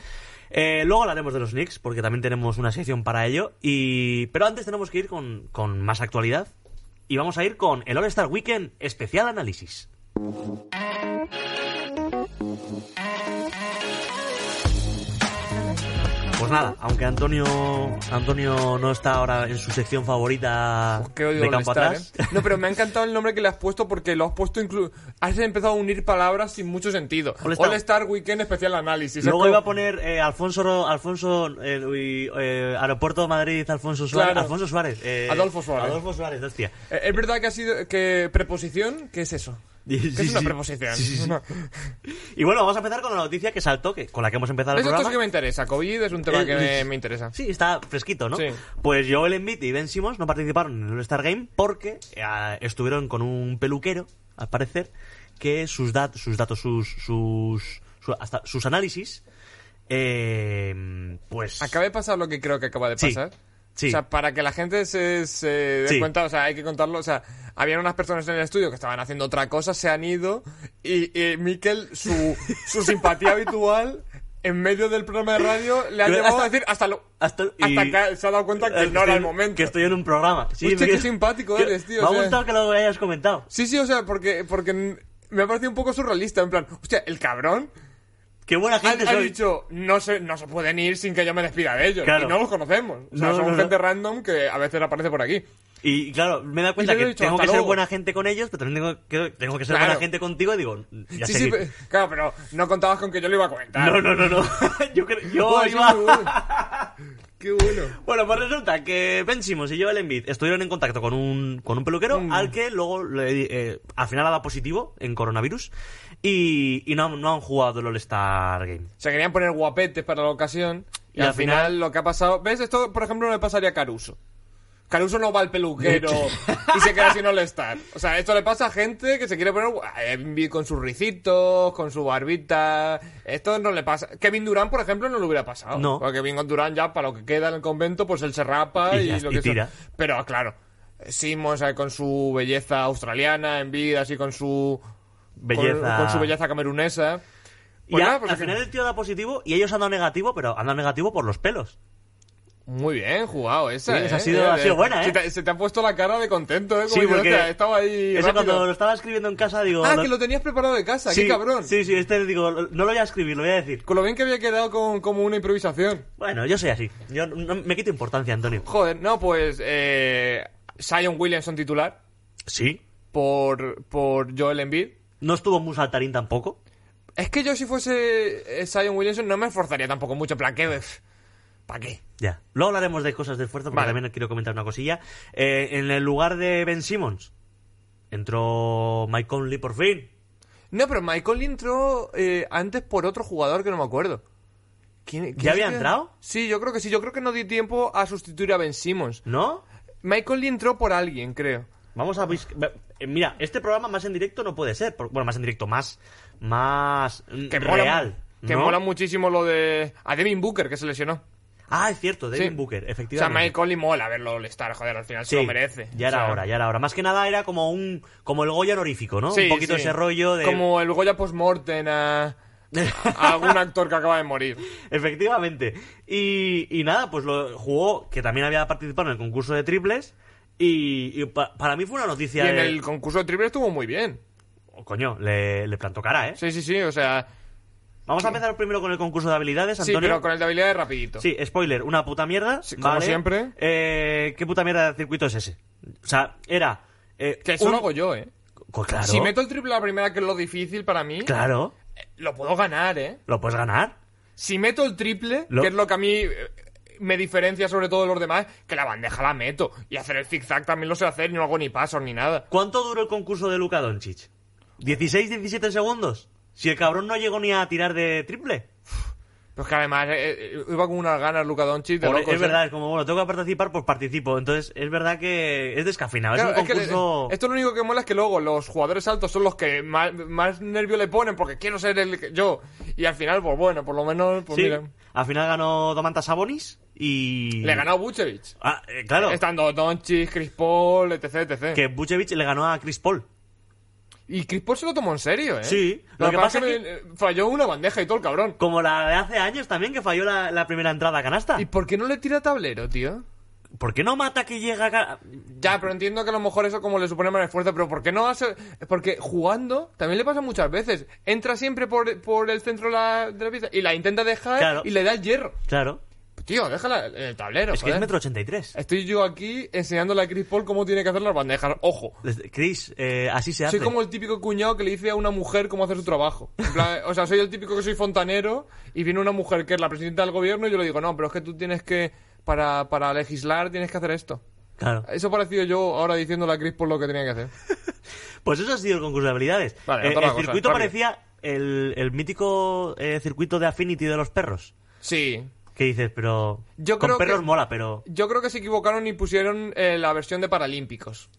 S1: Eh, luego hablaremos de los Knicks, porque también tenemos una sección para ello. Y... Pero antes tenemos que ir con, con más actualidad. Y vamos a ir con el All-Star Weekend Especial Análisis. Pues nada, aunque Antonio Antonio no está ahora en su sección favorita
S2: Qué odio
S1: de
S2: All
S1: campo
S2: Star,
S1: atrás.
S2: ¿eh? No, pero me ha encantado el nombre que le has puesto porque lo has puesto inclu... Has empezado a unir palabras sin mucho sentido.
S1: All
S2: All
S1: Star.
S2: Star, Weekend especial análisis.
S1: Luego
S2: Es como-
S1: iba a poner eh, Alfonso, Alfonso eh, uy, eh, Aeropuerto de Madrid, Alfonso Suárez.
S2: Claro.
S1: Alfonso Suárez eh,
S2: Adolfo Suárez.
S1: Adolfo Suárez, hostia.
S2: Eh, ¿Es verdad que ha sido... que preposición? ¿Qué es eso?
S1: Sí,
S2: ¿Qué
S1: sí,
S2: es una
S1: sí.
S2: preposición?
S1: Sí, sí, sí.
S2: Una-
S1: Y bueno, vamos a empezar con la noticia que saltó, que, con la que hemos empezado el
S2: Eso es
S1: programa.
S2: que me interesa. COVID es un tema
S1: Eh,
S2: que me, me interesa.
S1: Sí, está fresquito, ¿no?
S2: Sí.
S1: Pues Joel Embiid y Ben Simmons no participaron en el All-Star Game porque eh, estuvieron con un peluquero, al parecer, que sus, dat- sus datos, sus, sus, su- hasta sus análisis, eh, pues...
S2: Acaba de pasar lo que creo que acaba de
S1: Sí,
S2: pasar.
S1: sí.
S2: O sea, para que la gente se, se dé
S1: Sí.
S2: cuenta, o sea, hay que contarlo. O sea, habían unas personas en el estudio que estaban haciendo otra cosa, se han ido y, y Miquel, su, su simpatía habitual, en medio del programa de radio, le ha
S1: Pero
S2: llevado a
S1: hasta-
S2: decir hasta lo.
S1: hasta-
S2: hasta
S1: y-
S2: que se ha dado cuenta que
S1: Eh,
S2: no era
S1: estoy-
S2: el momento.
S1: Que estoy en un programa. Sí,
S2: Hostia,
S1: me-
S2: qué simpático
S1: que-
S2: eres, tío,
S1: Me
S2: o
S1: ha
S2: sea.
S1: gustado que lo hayas comentado.
S2: Sí, sí, o sea, porque, porque me ha parecido un poco surrealista. En plan, hostia, el cabrón
S1: Qué buena
S2: ha,
S1: gente
S2: ha
S1: soy.
S2: dicho, no se, no se pueden ir sin que yo me despida de ellos.
S1: Claro.
S2: Y no los conocemos. O sea,
S1: No,
S2: son
S1: no, no.
S2: gente random que a veces aparece por aquí.
S1: Y claro, me he dado cuenta
S2: yo le
S1: que
S2: he dicho,
S1: tengo
S2: "Hasta
S1: que ser
S2: luego".
S1: buena gente con ellos, pero también tengo que, tengo que ser
S2: Claro.
S1: buena gente contigo y digo, ya
S2: Sí,
S1: sé
S2: sí,
S1: que-
S2: pe- claro, pero no contabas con que yo le iba a comentar.
S1: No, no, no, no. yo creo- yo
S2: Buah, sí,
S1: iba...
S2: muy bueno. Qué bueno.
S1: Bueno, pues resulta que Ben Simmons y Joel Embiid estuvieron en contacto con un, con un peluquero
S2: Mm.
S1: al que luego le- eh, al final ha dado positivo en coronavirus y, y no, han- no han jugado el All-Star Game.
S2: Se querían poner guapetes para la ocasión. Y,
S1: Y
S2: al
S1: al
S2: final, lo que ha pasado. ¿Ves? Esto, por ejemplo, no le pasaría a Caruso. Caruso no va al peluquero y se queda sin all-star. O sea, esto le pasa a gente que se quiere poner gua- eh, con sus ricitos, con su barbita. Esto no le pasa. Kevin Durant, por ejemplo, no le hubiera pasado.
S1: No.
S2: Porque Kevin Durant ya, para lo que queda en el convento, pues él se rapa y,
S1: Y ya-
S2: lo
S1: y
S2: que sea.
S1: tira.
S2: Pero claro, Simmons eh, con su belleza australiana, en vida, así con su.
S1: Belleza.
S2: Con, con su belleza camerunesa.
S1: y
S2: Pues
S1: a-
S2: nada, pues
S1: al
S2: es que-
S1: final el tío da positivo y ellos han dado negativo, pero han dado negativo por los pelos.
S2: Muy bien jugado esa,
S1: Sí, esa
S2: ¿eh?
S1: ha sido- ha sido buena, ¿eh?
S2: Se te, se te ha puesto la cara de contento, ¿eh? Como
S1: Sí,
S2: diciendo,
S1: porque
S2: "Hostia, estaba ahí
S1: Ese
S2: rápido".
S1: cuando lo estaba escribiendo en casa digo...
S2: Ah,
S1: lo-
S2: que lo tenías preparado de casa,
S1: sí,
S2: qué cabrón.
S1: Sí, sí, este digo, lo- no lo voy a escribir, lo voy a decir.
S2: Con lo bien que había quedado con, como una improvisación.
S1: Bueno, yo soy así. Yo no- me quito importancia, Antonio.
S2: Joder, no, pues... Eh, Zion Williamson titular
S1: Sí.
S2: por, por Joel Embiid.
S1: No estuvo muy saltarín tampoco.
S2: Es que yo si fuese eh, Zion Williamson no me esforzaría tampoco mucho, en plan, ¿qué? ¿Para qué?
S1: Ya. Luego hablaremos de cosas de esfuerzo, porque
S2: Vale.
S1: también quiero comentar una cosilla. Eh, en el lugar de Ben Simmons, entró Mike Conley por fin.
S2: No, pero Michael entró eh, antes por otro jugador que no me acuerdo. ¿Quién-
S1: había
S2: quién se queda?
S1: entrado?
S2: Sí, yo creo que sí. Yo creo que no dio tiempo a sustituir a Ben Simmons.
S1: ¿No?
S2: Michael Lee entró por alguien, creo.
S1: Vamos a bus- eh, Mira, este programa más en directo no puede ser. por- Bueno, más en directo, más. Más. mm,
S2: mola-
S1: real.
S2: que
S1: ¿no?
S2: mola muchísimo lo de. A Devin Booker, que se lesionó.
S1: Ah, es cierto, Devin
S2: Sí.
S1: Booker,
S2: O sea,
S1: efectivamente.
S2: Michael Lee mola verlo All-Star, joder, al final se lo merece.
S1: Ya
S2: O sea,
S1: era hora, ya era hora. Más que nada era como un. Como el Goya honorífico, ¿no?
S2: sí,
S1: un poquito
S2: sí.
S1: ese rollo de.
S2: Como el Goya post-mortem a, a algún actor que acaba de morir.
S1: Efectivamente. Y, y nada, pues lo jugó, que también había participado en el concurso de triples. Y, y pa- para mí fue una
S2: Y
S1: noticia.
S2: en
S1: de-
S2: el concurso de triple estuvo muy bien.
S1: Oh, coño, le, le plantó cara, ¿eh?
S2: Sí, sí, sí, o sea.
S1: Vamos a empezar primero con el concurso de habilidades,
S2: Sí,
S1: Antonio.
S2: pero con el de habilidades rapidito.
S1: Sí, spoiler, una puta mierda.
S2: Sí, como
S1: ¿vale?
S2: siempre.
S1: Eh, ¿Qué puta mierda de circuito es ese? O sea, era. eh,
S2: Que eso
S1: un-
S2: lo hago yo, ¿eh?
S1: Co- Claro.
S2: Si meto el triple la primera, que es lo difícil para mí,
S1: Claro.
S2: lo puedo ganar, ¿eh?
S1: Lo puedes ganar.
S2: Si meto el triple,
S1: Lo-
S2: que es lo que a mí eh, me diferencia sobre todo de los demás, que la bandeja la meto. Y hacer el zigzag también lo sé hacer, y no hago ni pasos ni nada.
S1: ¿Cuánto duró el concurso de Luka Doncic? ¿16, 17 segundos? Si el cabrón no llegó ni a tirar de triple.
S2: Pero es que además eh, eh, iba con unas ganas Luca Doncic de
S1: Por-
S2: locos,
S1: es
S2: ¿eh?
S1: verdad, es como, bueno, tengo que participar, pues participo. Entonces, es verdad que es descafeinado.
S2: Claro,
S1: es un
S2: es que le-
S1: concurso...
S2: esto lo único que mola es que luego los jugadores altos son los que más, más nervio le ponen porque quiero ser el que- yo. Y al final, pues bueno, por lo menos, pues
S1: Sí.
S2: mira,
S1: Al final ganó Domantas Sabonis y...
S2: le ganó a Vucevic.
S1: Ah, eh, claro,
S2: Estando Doncic, Chris Paul, etc, etc.
S1: que Vucevic le ganó a Chris Paul.
S2: Y Chris Paul se lo tomó en serio, ¿eh?
S1: Sí.
S2: Lo que pasa es que, me- eh, falló una bandeja y todo el cabrón.
S1: Como la de hace años también, que falló la, la primera entrada a canasta.
S2: ¿Y por qué no le tira tablero, tío?
S1: ¿Por qué no mata que llega a... ca-
S2: Ya, pero entiendo que a lo mejor eso como le supone más esfuerzo, pero ¿por qué no hace...? Porque jugando también le pasa muchas veces. Entra siempre por, por el centro la- de la pista y la intenta dejar
S1: Claro.
S2: y le da el hierro.
S1: Claro.
S2: Tío, déjala en el tablero,
S1: Es que es
S2: joder. Eh.
S1: metro 83.
S2: Estoy yo aquí enseñándole a Chris Paul cómo tiene que hacer las bandejas. Ojo.
S1: Desde- Chris, eh, así se hace.
S2: Soy como el típico cuñado que le dice a una mujer cómo hacer su trabajo. En plan, o sea, soy el típico que soy fontanero y viene una mujer que es la presidenta del gobierno y yo le digo, no, pero es que tú tienes que, para, para legislar, tienes que hacer esto.
S1: Claro.
S2: Eso ha parecido yo ahora diciéndole a Chris por lo que tenía que hacer.
S1: Pues eso ha sido el concurso de habilidades.
S2: Vale,
S1: Eh,
S2: otra
S1: el
S2: cosa,
S1: circuito
S2: rápido.
S1: parecía el, el mítico eh, circuito de Affinity de los perros.
S2: Sí.
S1: ¿Qué dices? Pero.
S2: Yo
S1: con
S2: creo
S1: perros
S2: que-
S1: mola, pero.
S2: Yo creo que se equivocaron y pusieron eh, la versión de Paralímpicos.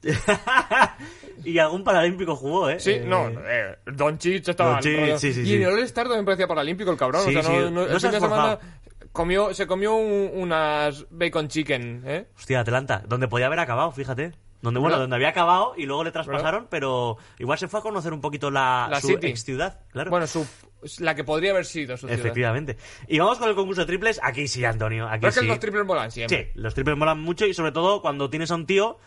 S1: y algún paralímpico jugó, ¿eh?
S2: Sí,
S1: Eh,
S2: no, eh, Don Chich estaba...
S1: Doncic,
S2: rollo-
S1: sí, sí,
S2: y
S1: sí.
S2: en el All-Star también parecía Paralímpico el cabrón.
S1: Sí,
S2: o sea, no,
S1: sí,
S2: no- el
S1: no se
S2: fin
S1: ha
S2: de semana
S1: esforzado.
S2: comió, se comió un- unas bacon chicken, ¿eh?
S1: Hostia, Atlanta. Donde podía haber acabado, fíjate. Donde, bueno,
S2: ¿Verdad?
S1: donde había acabado y luego le traspasaron,
S2: ¿Verdad?
S1: pero igual se fue a conocer un poquito la,
S2: La
S1: su
S2: City.
S1: ex ciudad, claro.
S2: Bueno, su, la que podría haber sido su ciudad.
S1: Efectivamente. Y vamos con el concurso de triples. Aquí sí, Antonio. Aquí
S2: Pero es que
S1: sí.
S2: los triples volan
S1: Sí,
S2: siempre.
S1: los triples molan mucho y sobre todo cuando tienes a un tío.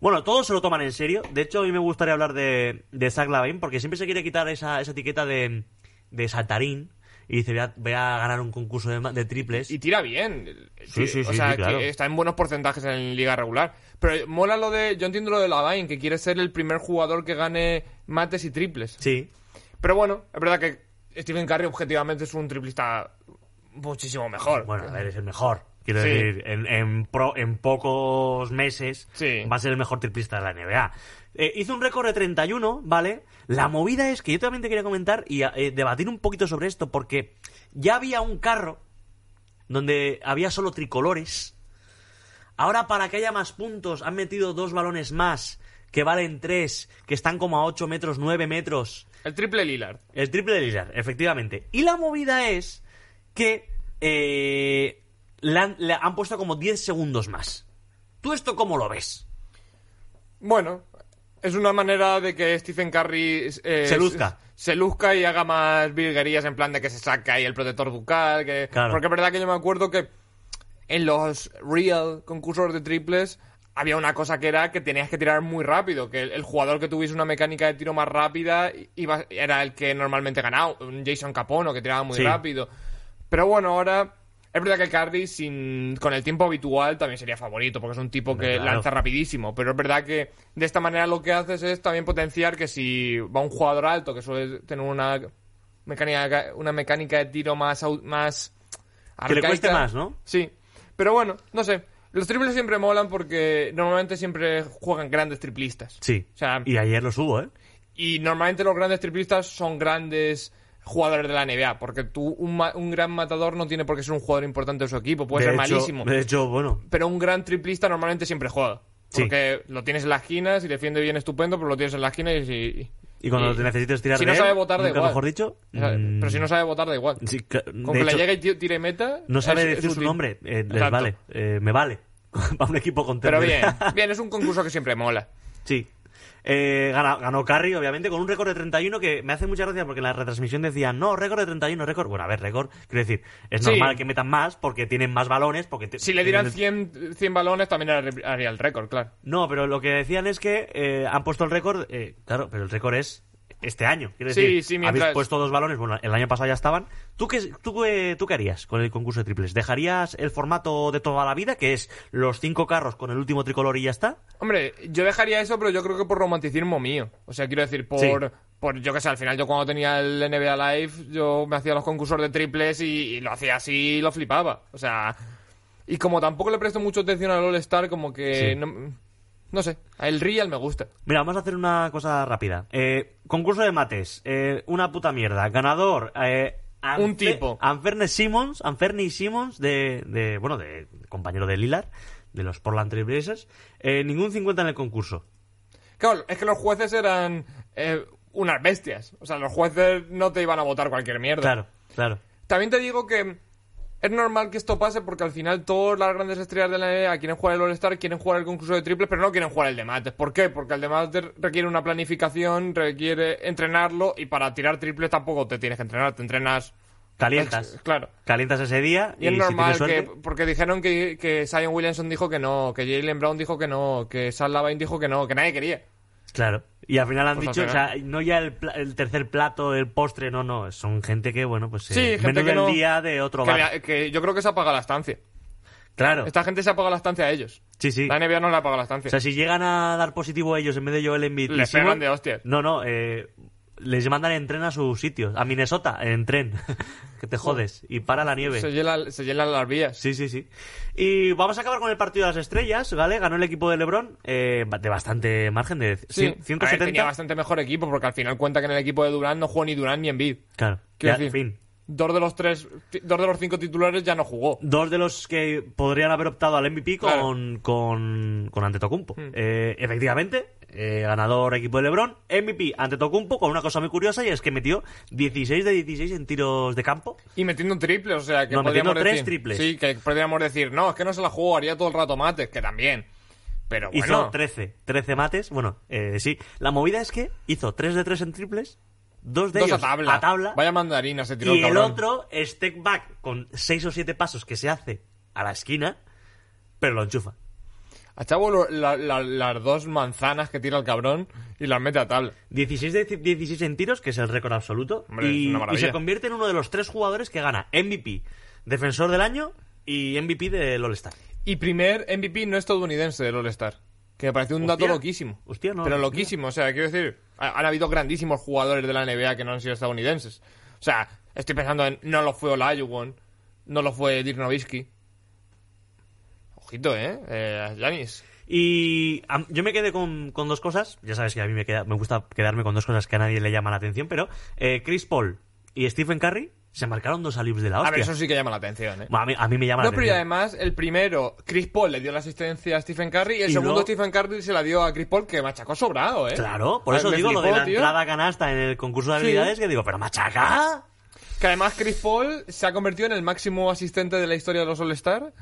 S1: Bueno, todos se lo toman en serio. De hecho, a mí me gustaría hablar de, de Zach Lavin porque siempre se quiere quitar esa, esa etiqueta de, de saltarín. y dice, voy a, voy a ganar un concurso de, ma- de triples.
S2: Y tira bien.
S1: Sí, sí,
S2: O
S1: sí,
S2: sea,
S1: sí, claro.
S2: que está en buenos porcentajes en liga regular. Pero eh, mola lo de. Yo entiendo lo de Lavain, que quiere ser el primer jugador que gane mates y triples.
S1: Sí,
S2: Pero bueno, es verdad que Stephen Curry objetivamente es un triplista muchísimo mejor.
S1: bueno, a ver, es el mejor. Quiero
S2: Sí.
S1: decir, en, en, pro- en pocos meses
S2: Sí.
S1: va a ser el mejor triplista de la NBA. Eh, hizo un récord de 31, ¿vale? La movida es que yo también te quería comentar y eh, debatir un poquito sobre esto, porque ya había un carro donde había solo tricolores. Ahora, para que haya más puntos, han metido dos balones más, que valen tres, que están como a 8 metros, 9 metros.
S2: El triple Lillard.
S1: El triple de Lillard, efectivamente. Y la movida es que eh, le, han, le han puesto como 10 segundos más. ¿Tú esto cómo lo ves?
S2: Bueno, es una manera de que Stephen Curry eh,
S1: Se luzca.
S2: Se luzca y haga más virguerías en plan de que se saca ahí el protector bucal. Que...
S1: Claro.
S2: Porque es verdad que yo me acuerdo que en los real concursos de triples había una cosa que era que tenías que tirar muy rápido, que el, el jugador que tuviese una mecánica de tiro más rápida iba- era el que normalmente ganaba, un Jason Capono que tiraba muy
S1: Sí.
S2: rápido. Pero bueno, ahora es verdad que Cardi sin con el tiempo habitual también sería favorito, porque es un tipo que
S1: Claro.
S2: lanza rapidísimo, pero es verdad que de esta manera lo que haces es también potenciar que si va un jugador alto que suele tener una mecánica una mecánica de tiro más au- más
S1: Que le cueste
S2: arcaica.
S1: más, ¿no?
S2: Sí, pero bueno, no sé. Los triples siempre molan porque normalmente siempre juegan grandes triplistas.
S1: Sí.
S2: O sea,
S1: Y ayer lo subo, ¿eh?
S2: y normalmente los grandes triplistas son grandes jugadores de la NBA, porque tú, un, ma- un gran matador no tiene por qué ser un jugador importante de su equipo, puede
S1: De
S2: ser
S1: hecho-
S2: malísimo.
S1: De hecho, bueno,
S2: Pero un gran triplista normalmente siempre juega.
S1: Sí.
S2: Porque lo tienes en las esquinas y defiende bien estupendo, pero lo tienes en las esquinas y... si-
S1: y cuando te necesites tirar
S2: Si
S1: de
S2: no
S1: él,
S2: sabe votar, da
S1: nunca
S2: igual.
S1: mejor dicho. mm,
S2: Pero si no sabe votar, da igual.
S1: sí, ca-
S2: Con
S1: de
S2: que le
S1: hecho,
S2: llegue y ti- tire meta...
S1: no sabe
S2: es- es
S1: decir su
S2: útil.
S1: nombre, eh, les
S2: Exacto.
S1: vale, eh, me vale. Para un equipo contento.
S2: Pero bien, bien, es un concurso que siempre mola.
S1: Sí. Eh, gana- ganó Carry, obviamente, con un récord de 31 que me hace mucha gracia porque en la retransmisión decían, no, récord de 31, récord. Bueno, a ver, récord, quiero decir, es
S2: Sí.
S1: normal que metan más porque tienen más balones. porque te-
S2: Si le dieran
S1: tienen-
S2: 100, 100 balones, también haría- haría el récord, claro.
S1: No, pero lo que decían es que eh, han puesto el récord, eh, claro, pero el récord es este año. Quiero
S2: Sí,
S1: decir,
S2: sí, mientras-
S1: habéis puesto dos balones, bueno, el año pasado ya estaban. ¿Tú qué, tú, qué- tú qué harías con el concurso de triples? ¿Dejarías el formato de toda la vida, que es los cinco carros con el último tricolor y ya está?
S2: Hombre, yo dejaría eso, pero yo creo que por romanticismo mío. O sea, quiero decir, por,
S1: Sí.
S2: por yo qué sé, al final yo cuando tenía el NBA Live, yo me hacía los concursos de triples y, y lo hacía así y lo flipaba. O sea, y como tampoco le presto mucho atención al All-Star, como que...
S1: Sí.
S2: No, no sé, el Real me gusta.
S1: Mira, vamos a hacer una cosa rápida. Eh, concurso de mates. Eh, una puta mierda. Ganador. eh, Anfe-
S2: Un tipo.
S1: Anferne Simmons. Anferni Simmons, de, de- Bueno, de compañero de Lillard. De los Portland Trailblazers. Eh, ningún 50 en el concurso.
S2: Claro, es que los jueces eran eh, unas bestias. O sea, los jueces no te iban a votar cualquier mierda.
S1: Claro, claro.
S2: También te digo que es normal que esto pase porque al final todas las grandes estrellas de la NBA quieren jugar el All-Star, quieren jugar el concurso de triples, pero no quieren jugar el de mates. ¿Por qué? Porque el de mates requiere una planificación, requiere entrenarlo y para tirar triples tampoco te tienes que entrenar, te entrenas.
S1: Calientas.
S2: Claro.
S1: Calientas ese día.
S2: Y
S1: Y,
S2: es
S1: si tienes
S2: normal
S1: suerte-
S2: que. Porque dijeron que, que Zion Williamson dijo que no, que Jalen Brown dijo que no, que Sal Lavain dijo que no, que nadie quería.
S1: Claro. Y al final han
S2: Pues
S1: dicho,
S2: al
S1: o
S2: final.
S1: sea, no ya el, pla- el tercer plato, el postre, no, no. Son gente que, bueno, pues. eh,
S2: Sí,
S1: menú
S2: gente que
S1: del
S2: no-
S1: día de otro
S2: Que,
S1: bar.
S2: me- que yo creo que se apaga la estancia.
S1: Claro.
S2: Esta gente se apaga la estancia a ellos.
S1: Sí, sí.
S2: La NBA no le apaga la estancia.
S1: O sea, si llegan a dar positivo ellos en vez de Joel Embiid... y
S2: Les
S1: Simon-
S2: pegan de hostias.
S1: No, no, eh, les mandan en tren a sus sitios. A Minnesota, en tren. que te jodes. Y para la nieve.
S2: se, llenan, se llenan las vías.
S1: Sí, sí, sí. Y vamos a acabar con el partido de las estrellas, ¿vale? Ganó el equipo de LeBron eh, de bastante margen, de
S2: Sí.
S1: cien-
S2: A ver,
S1: 170...
S2: tenía bastante mejor equipo porque al final cuenta que en el equipo de Durán no jugó ni Durán ni Embiid.
S1: Claro,
S2: Quiero
S1: ya,
S2: decir,
S1: fin.
S2: Dos de los tres, ti- dos de los cinco titulares ya no jugó.
S1: Dos de los que podrían haber optado al MVP con,
S2: Claro. Hmm.
S1: con, con Antetokounmpo. Eh, efectivamente, eh, ganador equipo de LeBron, MVP Antetokounmpo, con una cosa muy curiosa y es que metió 16 de 16 en tiros de campo.
S2: Y metiendo un triple, o sea, que
S1: No, metiendo
S2: podríamos
S1: tres
S2: decir-
S1: triples.
S2: Sí, que podríamos decir, no, es que no se la jugó, haría todo el rato mates, que también. Pero
S1: Hizo
S2: bueno,
S1: 13, 13 mates. Bueno, eh, sí. La movida es que hizo 3 de 3 en triples, 2 de
S2: dos a
S1: ellos
S2: tabla. Vaya mandarina se tiró
S1: y el
S2: cabrón.
S1: otro, step back, con 6 o 7 pasos que se hace a la esquina, pero lo enchufa.
S2: A Chavo lo- la- la- las dos manzanas que tira el cabrón y las mete a tabla.
S1: 16 de 16 en tiros, que es el récord absoluto. y,
S2: Hombre, es una
S1: y
S2: maravilla.
S1: se convierte en uno de los tres jugadores que gana MVP, Defensor del Año y MVP del All-Star.
S2: Y primer MVP no estadounidense del All-Star. Que me parece un dato
S1: Hostia.
S2: loquísimo.
S1: Hostia, no,
S2: Pero
S1: no.
S2: loquísimo, o sea, quiero decir, ha- han habido grandísimos jugadores de la NBA que no han sido estadounidenses. O sea, estoy pensando en no lo fue Olajuwon, no lo fue Dirk Nowitzki. Ojito, ¿eh? Eh, Giannis.
S1: Y am, yo me quedé con, con dos cosas. Ya sabes que a mí me, queda- me gusta quedarme con dos cosas que a nadie le llama la atención, pero eh, Chris Paul y Stephen Curry se marcaron dos alips de la
S2: A
S1: hostia.
S2: ver, eso sí que llama la atención, ¿eh?
S1: Bueno, a, mí, a mí me llama
S2: No,
S1: la
S2: pero y
S1: atención.
S2: además, el primero, Chris Paul le dio la asistencia a Stephen Curry y el
S1: Y
S2: segundo,
S1: luego-
S2: Stephen Curry se la dio a Chris Paul, que machacó sobrado, ¿eh?
S1: Claro, por
S2: A-
S1: eso
S2: me
S1: digo lo de
S2: flipó,
S1: la
S2: tío.
S1: entrada canasta en el concurso de
S2: Sí.
S1: habilidades, que digo, pero machaca.
S2: Que además Chris Paul se ha convertido en el máximo asistente de la historia de los All-Star.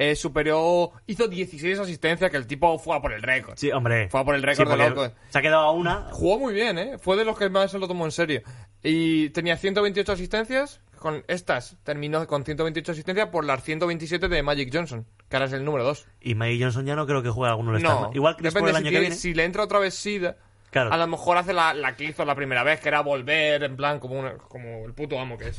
S2: Eh, superó, hizo 16 asistencias, que el tipo fue a por el récord.
S1: Sí, hombre.
S2: Fue a por el récord de
S1: porque
S2: locos.
S1: Se ha quedado a una.
S2: Jugó muy bien, ¿eh? Fue de los que más se lo tomó en serio. Y tenía 128 asistencias. Con estas terminó con 128 asistencias por las 127 de Magic Johnson, que ahora es el número 2.
S1: Y Maggie Johnson ya no creo que juegue alguno de los
S2: No,
S1: Stars. Igual Chris
S2: depende
S1: Paul el
S2: si,
S1: año que
S2: tiene-
S1: viene.
S2: si le entra otra vez SIDA,
S1: Claro.
S2: a lo mejor hace la, la que hizo la primera vez, que era volver en plan como, una- como el puto amo que es.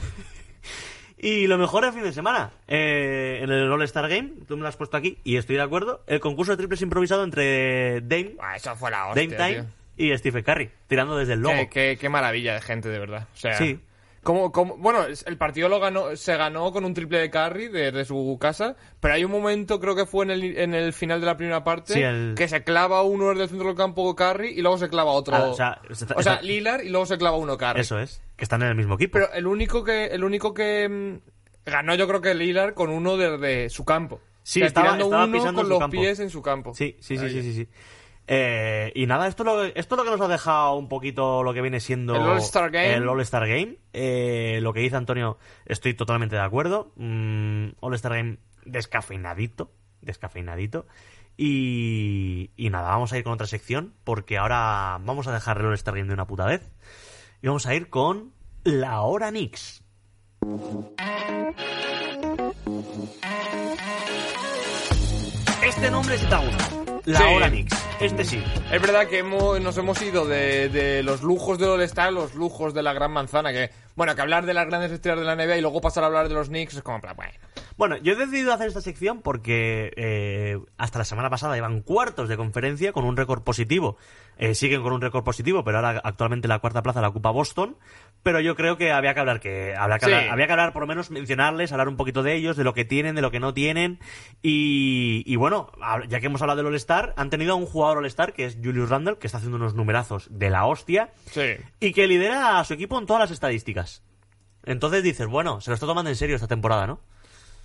S1: Y lo mejor es fin de semana. Eh, en el All-Star Game, tú me lo has puesto aquí y estoy de acuerdo. El concurso de triples improvisado entre Dame,
S2: Buah, eso fue la
S1: Dame
S2: hostia,
S1: Time
S2: tío.
S1: y Stephen Curry, tirando desde el logo.
S2: Qué, qué- qué maravilla de gente, de verdad. O sea,
S1: Sí.
S2: como, como- bueno, es- el partido lo ganó, se ganó con un triple de carry desde su casa, pero hay un momento, creo que fue en el, en el final de la primera parte,
S1: Sí, el-
S2: que se clava uno desde el centro del campo carry y luego se clava otro.
S1: Ah, o sea, se-
S2: o sea,
S1: se-
S2: Lillard y luego se clava uno carry.
S1: Eso es, que están en el mismo equipo.
S2: Pero el único que, el único que mm, ganó, yo creo que Lillard con uno desde su campo.
S1: Sí,
S2: O sea,
S1: estaba-
S2: tirando
S1: estaba
S2: uno
S1: pisando
S2: con
S1: su
S2: los
S1: campo.
S2: pies en su campo.
S1: Sí, sí, sí,
S2: Ahí.
S1: sí, sí. sí. Eh, y nada, esto es, lo, esto es lo que nos ha dejado un poquito lo que viene siendo
S2: El All-Star Game.
S1: el All-Star Game. Eh, lo que dice Antonio, estoy totalmente de acuerdo. Mm, All-Star Game descafeinadito, descafeinadito. Y, y nada, vamos a ir con otra sección porque ahora vamos a dejar el All-Star Game de una puta vez. Y vamos a ir con la hora Knicks. Este nombre sí te gusta. La
S2: Sí.
S1: hora Knicks. Este sí.
S2: Es verdad que hemos- nos hemos ido de, de los lujos del All-Star a los lujos de la gran manzana. Que, bueno, que hablar de las grandes estrellas de la NBA y luego pasar a hablar de los Knicks es como, en plan, bueno.
S1: Bueno, yo he decidido hacer esta sección porque eh, hasta la semana pasada iban cuartos de conferencia con un récord positivo. Eh, siguen con un récord positivo, pero ahora actualmente la cuarta plaza la ocupa Boston. Pero yo creo que había que hablar, que había que,
S2: Sí.
S1: hablar, había que hablar, por lo menos mencionarles, hablar un poquito de ellos, de lo que tienen, de lo que no tienen. Y, y bueno, hab- ya que hemos hablado del All-Star, han tenido a un jugador All-Star que es Julius Randle, que está haciendo unos numerazos de la hostia
S2: Sí.
S1: y que lidera a su equipo en todas las estadísticas. Entonces dices, bueno, se lo está tomando en serio esta temporada, ¿no?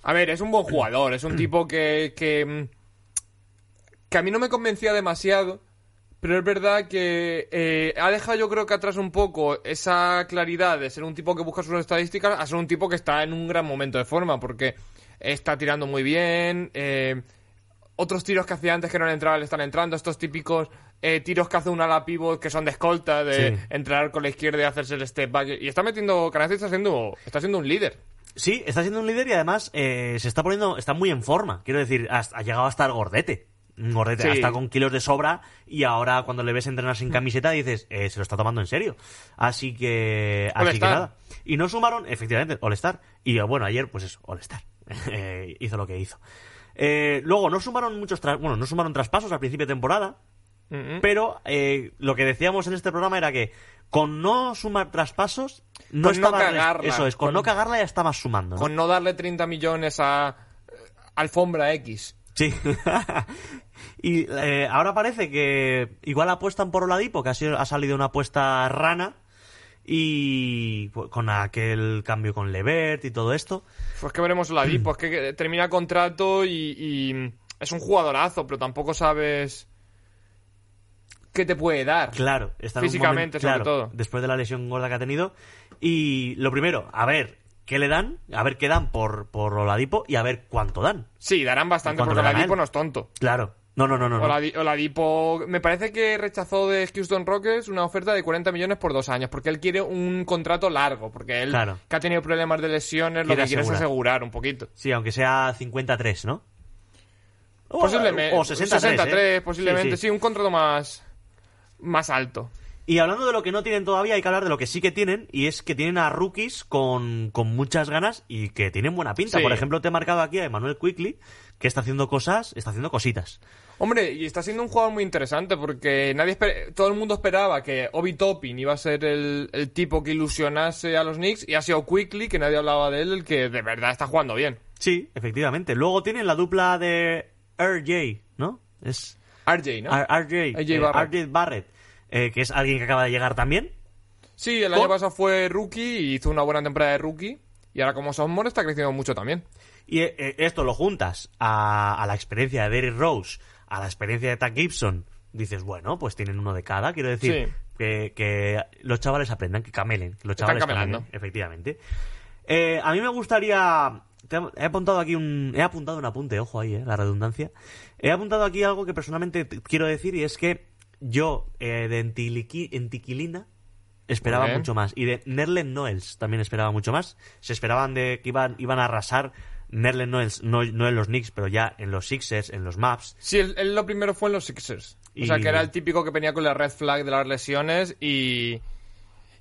S2: A ver, es un buen jugador, es un tipo que, que. mm, que a mí no me convencía demasiado, pero es verdad que eh, ha dejado yo creo que atrás un poco esa claridad de ser un tipo que busca sus estadísticas a ser un tipo que está en un gran momento de forma, porque está tirando muy bien, eh, otros tiros que hacía antes que no le entraban le están entrando, estos típicos eh, tiros que hace un ala pivot que son de escolta, de
S1: Sí.
S2: entrar con la izquierda y hacerse el step back, y está metiendo canasta y está siendo, está siendo un líder.
S1: Sí, está siendo un líder y además eh, se está poniendo, está muy en forma. Quiero decir, has- ha llegado hasta el gordete. Un Gordete,
S2: Sí. Mm.
S1: hasta con kilos de sobra y ahora cuando le ves entrenar sin camiseta dices, eh, se lo está tomando en serio. Así que, así que
S2: All-Star.
S1: nada. Y no sumaron, efectivamente, All-Star. Y eh, bueno, ayer, pues eso, All-Star. Eh, hizo lo que hizo. Eh, luego, no sumaron muchos, tras- bueno, no sumaron traspasos al principio de temporada.
S2: Mm, mm.
S1: Pero eh, lo que decíamos en este programa era que con no sumar traspasos, no
S2: Con no
S1: estaba
S2: cagarla.
S1: Eso es, con,
S2: Con-
S1: no cagarla ya estabas sumando. ¿no?
S2: con no darle 30 millones a eh, Alfombra X.
S1: Sí. y eh, ahora parece que igual apuestan por Oladipo, que ha, sido- ha salido una apuesta rana. Y pues, con aquel cambio con Levert y todo esto.
S2: Pues que veremos la
S1: Mm.
S2: Oladipo, es que eh, termina contrato y, y es un jugadorazo, pero tampoco sabes qué te puede dar.
S1: Claro, está en un
S2: Físicamente,
S1: momento-
S2: sobre
S1: claro,
S2: todo.
S1: Después de la lesión gorda que ha tenido. Y lo primero, a ver qué le dan, a ver qué dan por, por Oladipo y a ver cuánto dan.
S2: Sí, darán bastante
S1: ¿Cuánto
S2: porque
S1: gana
S2: Oladipo
S1: él?
S2: no es tonto.
S1: Claro. No, no, no, no. no.
S2: Oladi- Oladipo, me parece que rechazó de Houston Rockets una oferta de 40 millones por dos años, porque él quiere un contrato largo, porque él
S1: Claro.
S2: que ha tenido problemas de lesiones, lo
S1: Quiere
S2: que quiere es
S1: asegurar.
S2: asegurar un poquito.
S1: Sí, aunque sea 53, ¿no? O-
S2: posiblemente.
S1: o 63, ¿eh? Sí,
S2: posiblemente. Sí,
S1: sí.
S2: un contrato más, más alto.
S1: Y hablando de lo que no tienen todavía, hay que hablar de lo que sí que tienen, y es que tienen a rookies con, con muchas ganas y que tienen buena pinta.
S2: Sí.
S1: Por ejemplo, te he marcado aquí a Emanuel Quickly, que está haciendo cosas, está haciendo cositas.
S2: Hombre, y está siendo un jugador muy interesante porque nadie esper- todo el mundo esperaba que Obi Toppin iba a ser el, el tipo que ilusionase a los Knicks y ha sido Quickly, que nadie hablaba de él, el que de verdad está jugando bien.
S1: Sí, efectivamente. Luego tienen la dupla de RJ, ¿no? Es
S2: RJ, ¿no?
S1: R- RJ,
S2: RJ
S1: eh,
S2: Barrett.
S1: RJ Barrett, eh, que es alguien que acaba de llegar también.
S2: sí, el
S1: ¿Por?
S2: año pasado fue rookie y hizo una buena temporada de rookie y ahora como sophomore está creciendo mucho también.
S1: Y eh, eh, esto lo juntas a, a la experiencia de Derrick Rose, a la experiencia de Tack Gibson. Dices, bueno, pues tienen uno de cada. Quiero decir,
S2: Sí.
S1: que, que los chavales aprendan, que camelen. Que los
S2: Están
S1: chavales
S2: camelando.
S1: camelen, efectivamente. Eh, a mí me gustaría... te he he apuntado aquí un... He apuntado un apunte, ojo ahí, eh, la redundancia. He apuntado aquí algo que personalmente t- quiero decir y es que yo eh, de Entiliqui- Entiquilina esperaba
S2: Muy bien.
S1: mucho más. Y de Nerlen Noels también esperaba mucho más. Se esperaban de que iban, iban a arrasar Nerlen Noels, no, no en los Knicks, pero ya en los Sixers, en los Maps.
S2: Sí, él, él lo primero fue en los Sixers. O sea,
S1: Y-
S2: que era el típico que venía con la red flag de las lesiones y...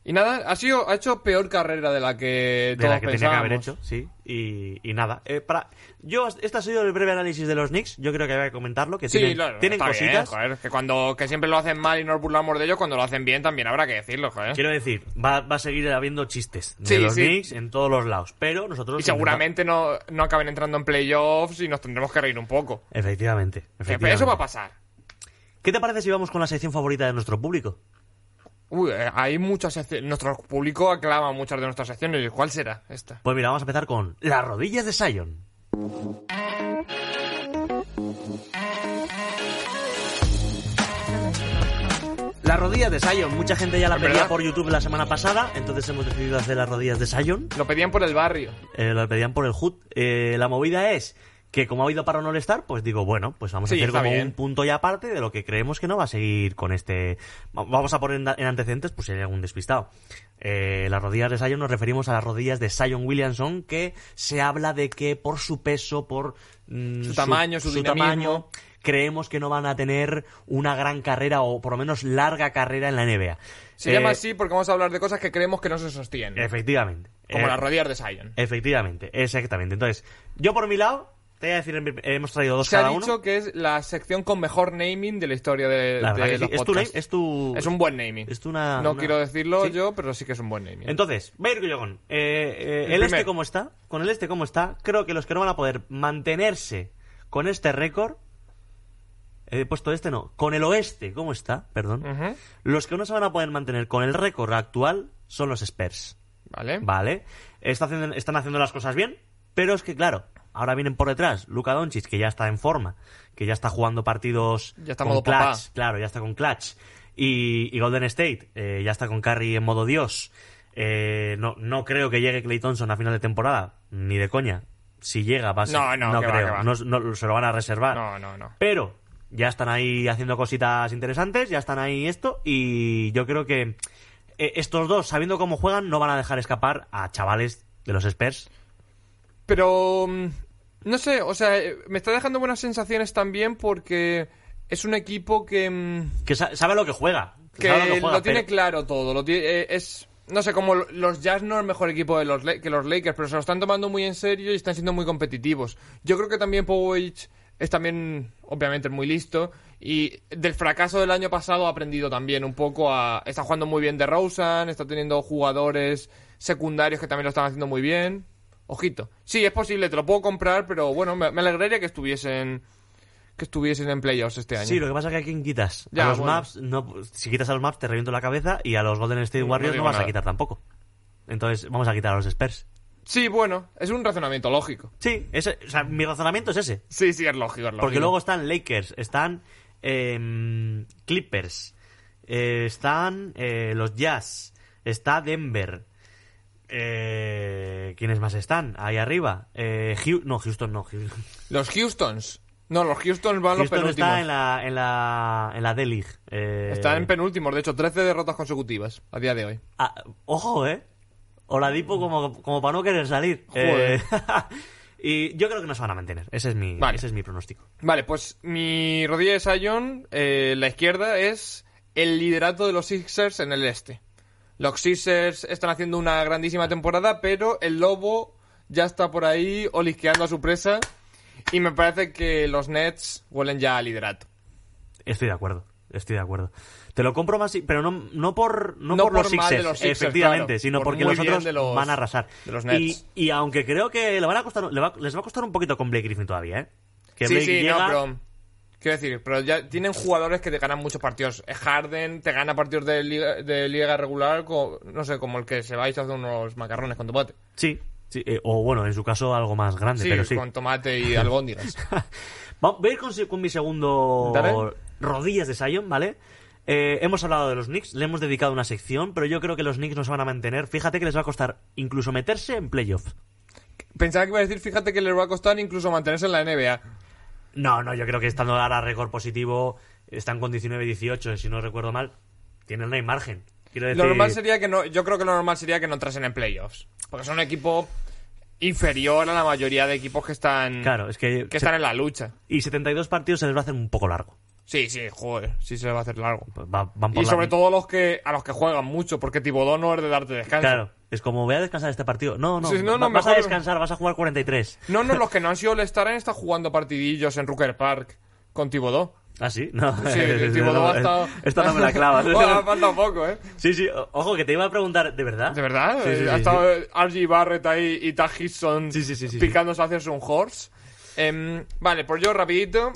S2: Y nada, ha, sido, ha hecho peor carrera de la que
S1: De
S2: todos
S1: la que tenía que haber
S2: pensábamos.
S1: hecho, sí. Y, y nada. Eh, para... Yo, este ha sido el breve análisis de los Knicks. Yo creo que había que comentarlo. Que
S2: Sí,
S1: tienen,
S2: claro,
S1: tienen
S2: está bien,
S1: cositas.
S2: joder, que cuando que siempre lo hacen mal y nos burlamos de ellos, cuando lo hacen bien también habrá que decirlo, joder.
S1: Quiero decir, va, va a seguir habiendo chistes de
S2: Sí,
S1: los
S2: sí.
S1: Knicks en todos los lados. Pero nosotros.
S2: Y seguramente no, no acaben entrando en playoffs y nos tendremos que reír un poco.
S1: Efectivamente,
S2: Que
S1: efectivamente.
S2: Eh, Eso va a pasar.
S1: ¿Qué te parece si vamos con la sección favorita de nuestro público?
S2: Uy, eh, hay muchas secciones. Nuestro público aclama muchas de nuestras secciones. ¿Y ¿Cuál será esta?
S1: Pues mira, vamos a empezar con las rodillas de Sion. Las rodillas de Sion. Mucha gente ya la
S2: ¿Es
S1: pedía
S2: verdad?
S1: por YouTube la semana pasada, entonces hemos decidido hacer las rodillas de Sion.
S2: Lo pedían por el barrio.
S1: Eh, la pedían por el HUD. Eh, la movida es que como ha habido para no estar, pues digo, bueno, pues vamos a
S2: Sí,
S1: hacer
S2: está
S1: como
S2: bien.
S1: un punto y aparte de lo que creemos que no va a seguir con este... Va- Vamos a poner en en antecedentes, pues si hay algún despistado. Eh, las rodillas de Sion nos referimos a las rodillas de Sion Williamson, que se habla de que por su peso, por mm,
S2: Su tamaño, su dinamismo.
S1: tamaño, creemos que no van a tener una gran carrera o por lo menos larga carrera en la NBA.
S2: Se
S1: Eh,
S2: llama así porque vamos a hablar de cosas que creemos que no se sostienen.
S1: Efectivamente.
S2: Como
S1: Eh,
S2: las rodillas de Sion.
S1: Efectivamente, exactamente. Entonces, yo por mi lado, te voy a decir, em- hemos traído dos
S2: Se
S1: cada
S2: ha dicho
S1: uno.
S2: que es la sección con mejor naming de la historia de,
S1: La verdad
S2: de
S1: que sí.
S2: los
S1: es, tu,
S2: podcasts.
S1: name- es tu-
S2: Es un buen naming.
S1: es tu una-
S2: no
S1: una-
S2: quiero decirlo
S1: Sí.
S2: yo, pero sí que es un buen naming.
S1: Entonces, voy a ir yo con. eh, eh,
S2: El
S1: el este
S2: primer.
S1: como está, con el este como está, creo que los que no van a poder mantenerse con este récord. He puesto este no, con el oeste, ¿cómo está? Perdón.
S2: Ujú.
S1: Los que no se van a poder mantener con el récord actual son los Spurs.
S2: ¿Vale?
S1: Vale. Está haciendo- están haciendo las cosas bien, pero es que, claro, ahora vienen por detrás Luka Doncic, que ya está en forma, que ya está jugando partidos
S2: Ya está
S1: con
S2: modo
S1: clutch,
S2: papá.
S1: claro, ya está con clutch. Y, y Golden State eh, ya está con Curry en modo dios. Eh, no, no creo que llegue Clay Thompson a final de temporada, ni de coña. Si llega, va a ser-
S2: No, no, que va,
S1: creo.
S2: que va.
S1: No- no- se lo van a reservar.
S2: No, no, no.
S1: Pero ya están ahí haciendo cositas interesantes, ya están ahí esto, y yo creo que eh, estos dos, sabiendo cómo juegan, no van a dejar escapar a chavales de los Spurs.
S2: Pero. mm, No sé, o sea, eh, me está dejando buenas sensaciones también porque es un equipo que. mm,
S1: Que sa- sabe lo que juega.
S2: que
S1: sabe lo que
S2: lo,
S1: juega,
S2: tiene
S1: pero-
S2: claro todo. Lo tiene- eh, es. No sé, como lo- los Jazz no es el mejor equipo de los, Le- que los Lakers, pero se lo están tomando muy en serio y están siendo muy competitivos. Yo creo que también Powich es también, obviamente, muy listo y del fracaso del año pasado ha aprendido también un poco a... Está jugando muy bien de Rosen, está teniendo jugadores secundarios que también lo están haciendo muy bien. Ojito. Sí, es posible, te lo puedo comprar, pero bueno, me, me alegraría que estuviesen que estuviesen en playoffs este año.
S1: Sí, lo que pasa es que a quién quitas.
S2: Ya,
S1: a los
S2: bueno.
S1: Maps, no, si quitas a los Maps te reviento la cabeza y a los Golden State
S2: No
S1: Warriors no,
S2: digo
S1: vas a
S2: nada.
S1: quitar tampoco. Entonces vamos a quitar a los Spurs.
S2: sí, bueno, es un razonamiento lógico.
S1: Sí, ese, o sea, mi razonamiento es ese.
S2: Sí, sí, es lógico, es lógico.
S1: Porque luego están Lakers, están em, Clippers, eh, están eh, los Jazz, está Denver. Eh, ¿Quiénes más están? Ahí arriba. Eh, Hu- no, Houston no. Hu-
S2: Los Houstons. No, los Houstons van los
S1: Houston
S2: penúltimos.
S1: está en la, en la, en la D-League. Eh,
S2: Están en penúltimos, de hecho, 13 derrotas consecutivas a día de hoy.
S1: Ah, ojo, ¿eh? Oladipo como, como para no querer salir.
S2: Joder.
S1: Eh, Y yo creo que no se van a mantener. Ese es mi,
S2: Vale.
S1: ese es mi pronóstico.
S2: Vale, pues mi rodilla es Zion, eh, la izquierda es el liderato de los Sixers en el este. Los Sixers están haciendo una grandísima temporada, pero el lobo ya está por ahí olisqueando a su presa y me parece que los Nets huelen ya a liderato.
S1: Estoy de acuerdo. Estoy de acuerdo. Te lo compro más, pero no, no por, no
S2: No
S1: por, los,
S2: por mal
S1: Sixers,
S2: de los Sixers,
S1: efectivamente,
S2: claro.
S1: sino
S2: Por
S1: porque
S2: muy
S1: los
S2: bien
S1: otros
S2: de los-
S1: van a arrasar.
S2: de los
S1: y,
S2: Nets.
S1: y aunque creo que le van a costar, le va- les va a costar un poquito con Blake Griffin todavía, ¿eh? Que
S2: sí,
S1: Blake
S2: sí,
S1: llega-
S2: no, pero... Quiero decir, pero ya tienen jugadores que te ganan muchos partidos. Eh, Harden te gana partidos de liga, de liga regular, co- no sé, como el que se vais a hacer unos macarrones con tomate.
S1: Sí, sí, eh, o bueno, en su caso algo más grande,
S2: Sí,
S1: pero sí.
S2: con tomate y albóndigas.
S1: Va- Voy a ir con, se- con mi segundo
S2: Dale.
S1: rodillas de Sion, ¿vale? Eh, hemos hablado de los Knicks, le hemos dedicado una sección, pero yo creo que los Knicks no se van a mantener. Fíjate que les va a costar incluso meterse en playoffs.
S2: Pensaba que iba a decir, fíjate que les va a costar incluso mantenerse en la NBA.
S1: No, no, yo creo que estando ahora récord positivo, están con 19-18, si no recuerdo mal, tienen no hay margen. Quiero decir,
S2: Lo normal sería que no, yo creo que lo normal sería que no entrasen en playoffs. Porque son un equipo inferior a la mayoría de equipos que están,
S1: claro, es que,
S2: que están en la lucha.
S1: y 72 partidos se les va a hacer un poco largo.
S2: Sí, sí, joder, sí se le va a hacer largo.
S1: Pues va- van por
S2: Y
S1: la-
S2: sobre todo los que, a los que juegan mucho, porque Tibodó no es de darte descanso.
S1: Claro, es como voy a descansar este partido. No, no,
S2: Sí, no,
S1: va-
S2: no,
S1: vas a
S2: mejor-
S1: descansar, vas a jugar 43.
S2: No, no, los que no han sido All-Star han estado jugando partidillos en Rooker Park con Tibodó.
S1: Ah, sí, no.
S2: Sí,
S1: Esta
S2: Tibodó
S1: no- eh,
S2: ha estado...
S1: Esta no me la clavas.
S2: Bueno, ha faltado poco, ¿eh?
S1: sí, sí, o- ojo, que te iba a preguntar, ¿de verdad?
S2: ¿De verdad?
S1: Sí, sí,
S2: Eh,
S1: sí,
S2: ha
S1: sí.
S2: estado eh, RG Barrett ahí y Taj Gibson
S1: Sí, sí, sí, sí,
S2: picándose a hacerse un horse. Em, vale, pues yo rapidito.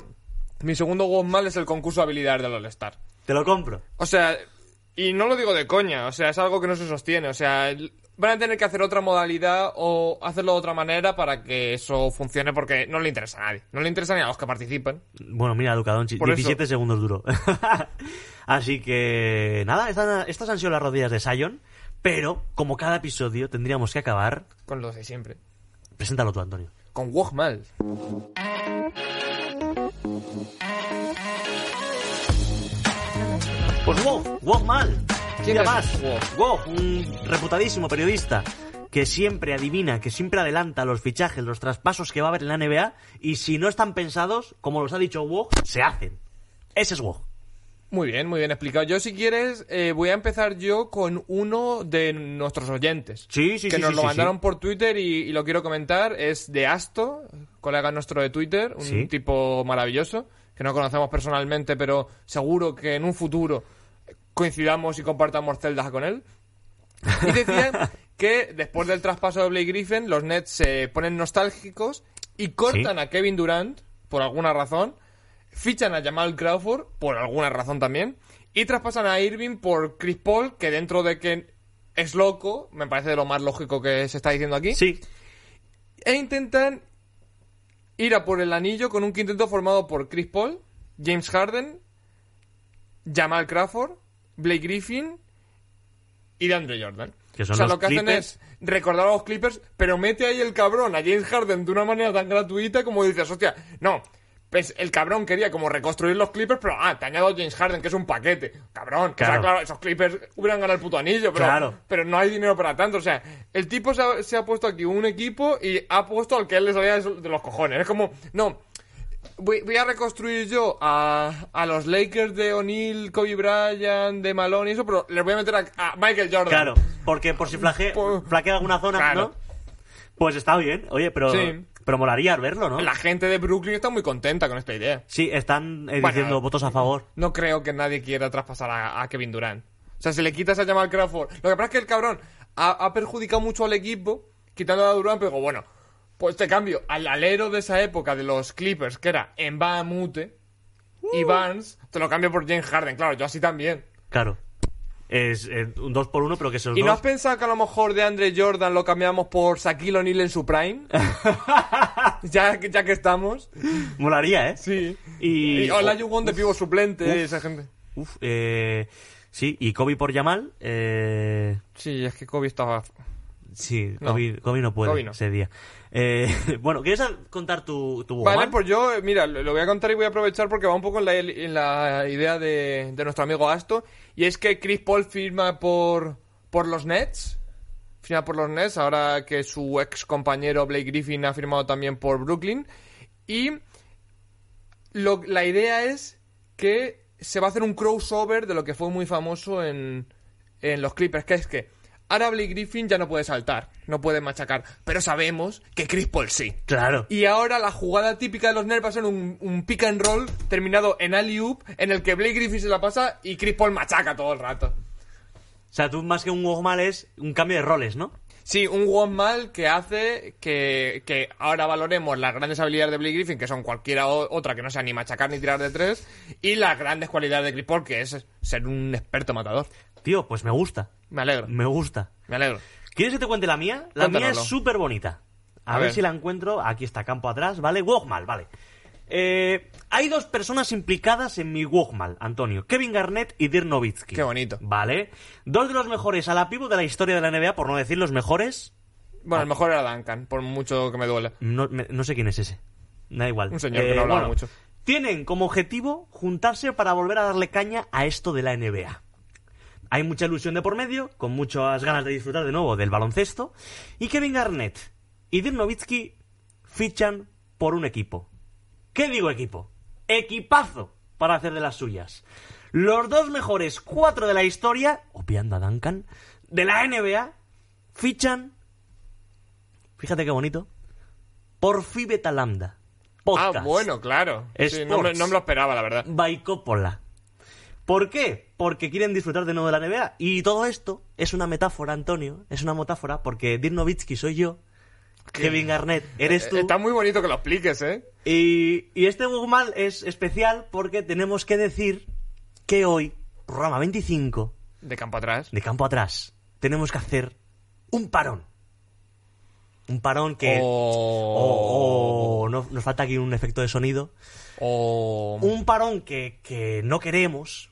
S2: Mi segundo gol mal es el concurso de habilidades del All-Star.
S1: Te lo compro.
S2: O sea, y no lo digo de coña, o sea, es algo que no se sostiene. O sea, el- van a tener que hacer otra modalidad o hacerlo de otra manera para que eso funcione porque no le interesa a nadie. No le interesa ni a los que participan.
S1: Bueno, mira, Luca Doncic,
S2: Por eso.
S1: 17 segundos duro. Así que, nada, esta- estas han sido las rodillas de Sion, pero como cada episodio tendríamos que acabar...
S2: Con los de siempre.
S1: Preséntalo tú, Antonio.
S2: Con Wog mal.
S1: Pues wow, wow mal.
S2: ¿Quién
S1: Mira
S2: es
S1: más.
S2: Woj?
S1: Woj, un reputadísimo periodista que siempre adivina, que siempre adelanta los fichajes, los traspasos que va a haber en la NBA y si no están pensados, como los ha dicho Wog, se hacen. Ese es Wog.
S2: Muy bien, muy bien explicado. Yo, si quieres, eh, voy a empezar yo con uno de nuestros oyentes.
S1: Sí, sí,
S2: que
S1: sí,
S2: nos
S1: sí,
S2: lo
S1: sí,
S2: mandaron
S1: sí.
S2: por Twitter y, y lo quiero comentar. Es de Asto, colega nuestro de Twitter, un
S1: Sí.
S2: tipo maravilloso, que no conocemos personalmente, pero seguro que en un futuro coincidamos y compartamos celdas con él. Y decía que después del traspaso de Blake Griffin, los Nets se ponen nostálgicos y cortan
S1: Sí.
S2: a Kevin Durant por alguna razón, fichan a Jamal Crawford por alguna razón también, y traspasan a Irving por Chris Paul, que dentro de que es loco, me parece de lo más lógico que se está diciendo aquí,
S1: Sí,
S2: e intentan ir a por el anillo con un quinteto formado por Chris Paul, James Harden, Jamal Crawford, Blake Griffin y DeAndre Jordan.
S1: Que son
S2: o sea,
S1: los
S2: lo que hacen
S1: Clippers.
S2: es recordar a los Clippers, pero mete ahí el cabrón a James Harden de una manera tan gratuita como dices, hostia, no. Pues el cabrón quería como reconstruir los Clippers, pero ah, te añado a James Harden, que es un paquete. Cabrón. O
S1: Claro.
S2: sea, claro, esos Clippers hubieran ganado el puto anillo, pero,
S1: Claro.
S2: pero no hay dinero para tanto. O sea, el tipo se ha, se ha puesto aquí un equipo y ha puesto al que él le salía de su- de los cojones. Es como, no, voy, voy a reconstruir yo a, a los Lakers de O'Neal, Kobe Bryant, de Malone y eso, pero les voy a meter a, a Michael Jordan.
S1: claro, porque por si flaje,
S2: Por-
S1: flaquea alguna zona,
S2: Claro.
S1: ¿no? Pues está bien, oye, pero,
S2: Sí.
S1: pero molaría verlo, ¿no?
S2: La gente de Brooklyn está muy contenta con esta idea.
S1: Sí, están eh,
S2: Bueno.
S1: diciendo votos a favor.
S2: No creo que nadie quiera traspasar a, a Kevin Durant. O sea, si le quitas a Jamal Crawford. Lo que pasa es que el cabrón ha, ha perjudicado mucho al equipo quitando a Durant, pero bueno, pues te cambio al alero de esa época de los Clippers, que era en Bahamute y Barnes, te lo cambio por James Harden. Claro, yo así también.
S1: Claro. Es eh, un 2 por 1 pero que esos
S2: ¿Y no has
S1: dos...
S2: pensado que a lo mejor de Andre Jordan lo cambiamos por Shaquille O'Neal en su prime? ya, que- ya que estamos.
S1: Molaría, ¿eh?
S2: Sí.
S1: Y...
S2: Y hola, you want the pivo suplente,
S1: Uf.
S2: esa gente.
S1: Uf, eh, sí, y Kobe por Yamal, eh,
S2: Sí, es que Kobe estaba...
S1: sí,
S2: No.
S1: Kobe no, Kobe no puede
S2: Kobe no.
S1: ese día. Eh, bueno, ¿quieres contar tu, tu
S2: Vale,
S1: Woman?
S2: pues yo, eh, mira, lo lo voy a contar y voy a aprovechar porque va un poco en la, en la idea de, de nuestro amigo Asto. Y es que Chris Paul firma por, por los Nets. final por los Nets, ahora que su ex compañero Blake Griffin ha firmado también por Brooklyn. Y lo- la idea es que se va a hacer un crossover de lo que fue muy famoso en, en los Clippers, que es que ahora Blake Griffin ya no puede saltar, no puede machacar, pero sabemos que Chris Paul sí.
S1: Claro.
S2: Y ahora la jugada típica de los Nets va a ser un, un pick and roll terminado en alley-oop, en el que Blake Griffin se la pasa y Chris Paul machaca todo el rato.
S1: O sea, tú más que un juego mal es un cambio de roles, ¿no?
S2: Sí, un one mal que hace que, que ahora valoremos las grandes habilidades de Blake Griffin, que son cualquiera o- otra que no sea ni machacar ni tirar de tres, y las grandes cualidades de Chris Paul, que es ser un experto matador.
S1: Tío, pues me gusta.
S2: Me alegro,
S1: Me gusta.
S2: me alegro.
S1: ¿Quieres que te cuente la mía? La mía
S2: Cuéntanoslo.
S1: es súper bonita. A,
S2: A
S1: ver,
S2: ver.
S1: si la encuentro. Aquí está, campo atrás, ¿vale? Wogmal, vale. Eh, hay dos personas implicadas en mi Wogmal, Antonio. Kevin Garnett y Dirk Nowitzki.
S2: Qué bonito.
S1: Vale. Dos de los mejores a la pivo de la historia de la NBA, por no decir los mejores.
S2: Bueno, el mejor era Duncan, por mucho que me duela.
S1: No, me- no sé quién es ese. Da igual. Eh,
S2: Un señor que no hablaba mucho.
S1: Tienen como objetivo juntarse para volver a darle caña a esto de la NBA. Hay mucha ilusión de por medio, con muchas ganas de disfrutar de nuevo del baloncesto. Y Kevin Garnett y Dirk Nowitzki fichan por un equipo. ¿Qué digo equipo? Equipazo para hacer de las suyas. Los dos mejores cuatro de la historia, obviando a Duncan, de la NBA, fichan. Fíjate qué bonito. Por Fibeta Lambda. Podcast.
S2: Ah, bueno, claro. Sí, no, me,
S1: Sports.
S2: no me lo esperaba, la verdad.
S1: Baicopola. ¿Por qué? Porque quieren disfrutar de nuevo de la NBA. Y todo esto es una metáfora, Antonio. Es una metáfora porque Dirk Nowitzki soy yo. Kevin Garnett, eres tú.
S2: Eh, Está muy bonito que lo expliques, ¿eh?
S1: Y, y este Guzmán es especial porque tenemos que decir que hoy, programa 25
S2: De campo atrás.
S1: de Campo Atrás, tenemos que hacer un parón. Un parón que...
S2: Oh.
S1: o- o- no- nos falta aquí un efecto de sonido.
S2: Oh.
S1: Un parón que, que no queremos,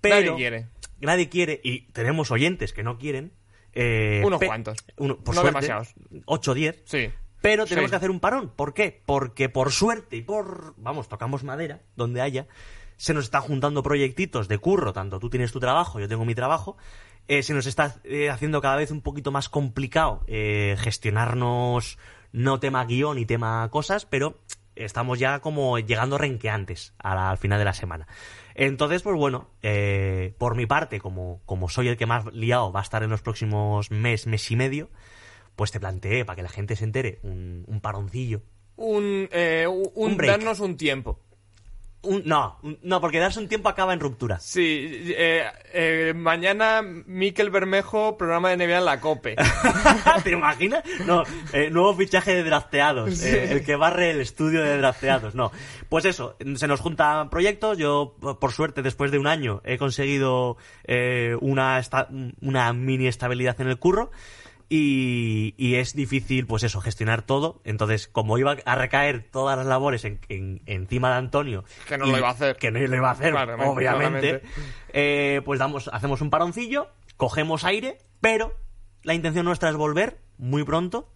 S1: pero...
S2: Nadie quiere.
S1: Nadie quiere, y tenemos oyentes que no quieren. eh,
S2: Unos
S1: pe-
S2: cuantos.
S1: uno- por
S2: No
S1: suerte,
S2: demasiados.
S1: 8 o 10.
S2: Sí.
S1: Pero tenemos
S2: Sí.
S1: que hacer un parón. ¿Por qué? Porque por suerte y por. Vamos, tocamos madera, donde haya. Se nos están juntando proyectitos de curro, tanto tú tienes tu trabajo, yo tengo mi trabajo. Eh, se nos está eh, haciendo cada vez un poquito más complicado eh, gestionarnos, no tema guión y tema cosas, pero estamos ya como llegando renqueantes a la- al final de la semana. Entonces, pues bueno, eh, por mi parte, como, como soy el que más liado va a estar en los próximos mes, mes y medio, pues te planteé, para que la gente se entere, un, un paroncillo.
S2: Un, eh, un,
S1: Un break.
S2: darnos un tiempo.
S1: Un- no, un- no, porque darse un tiempo acaba en ruptura.
S2: Sí, eh, eh, mañana Miquel Bermejo, programa de NBA en la COPE.
S1: ¿Te imaginas? No, eh, nuevo fichaje de drafteados. eh, el que barre el estudio de drafteados. No. Pues eso, se nos juntan proyectos. Yo, por suerte, después de un año, he conseguido eh, una, esta- una mini estabilidad en el curro. Y, y es difícil, pues eso, gestionar todo. Entonces, como iba a recaer todas las labores en- en- encima de Antonio.
S2: Que no
S1: y-
S2: lo iba a hacer.
S1: Que no lo iba a hacer,
S2: Claramente,
S1: Pues, obviamente.
S2: claramente.
S1: Eh, pues damos, hacemos un paroncillo, cogemos aire, pero la intención nuestra es volver muy pronto.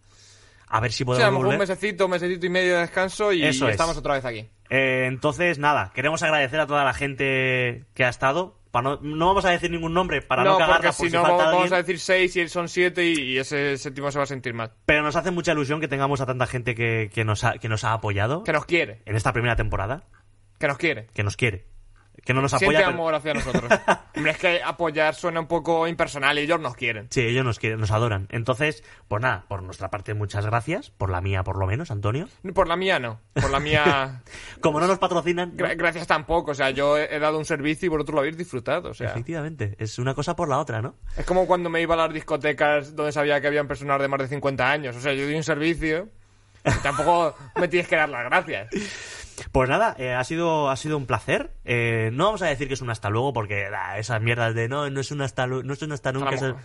S1: A ver si
S2: O sea, a
S1: podemos
S2: lo mejor un
S1: volver.
S2: mesecito, un mesecito y medio de descanso y
S1: Eso es.
S2: estamos otra vez aquí.
S1: Eh, entonces, nada, queremos agradecer a toda la gente que ha estado. Para no, no vamos a decir ningún nombre para no,
S2: no,
S1: cagarla
S2: porque
S1: por
S2: si
S1: si
S2: no
S1: falta
S2: vamos
S1: alguien,
S2: a decir seis y son siete y, y ese séptimo se va a sentir mal.
S1: Pero nos hace mucha ilusión que tengamos a tanta gente que, que nos, ha, que nos ha apoyado
S2: Que nos quiere,
S1: en esta primera temporada,
S2: que nos quiere.
S1: que nos quiere. Que no nos apoya.
S2: Siente
S1: pero-
S2: amor hacia nosotros. Hombre, es que apoyar suena un poco impersonal y ellos nos quieren.
S1: Sí, ellos nos, quieren, nos adoran. Entonces, pues nada, por nuestra parte, muchas gracias. Por la mía, por lo menos, Antonio.
S2: Por la mía no, por la mía...
S1: Como no nos patrocinan. ¿no?
S2: gra- gracias tampoco, o sea, yo he he dado un servicio y vosotros lo habéis disfrutado, o sea...
S1: Efectivamente, es una cosa por la otra, ¿no?
S2: Es como cuando me iba a las discotecas donde sabía que habían personas de más de 50 años. O sea, yo di un servicio. y Tampoco me tienes que dar las gracias.
S1: Pues nada, eh, ha, sido, ha sido un placer. Eh, no vamos a decir que es un hasta luego, porque nah, esas mierdas de no, no es un hasta, lu- no es un hasta nunca.
S2: Vamos.
S1: eso-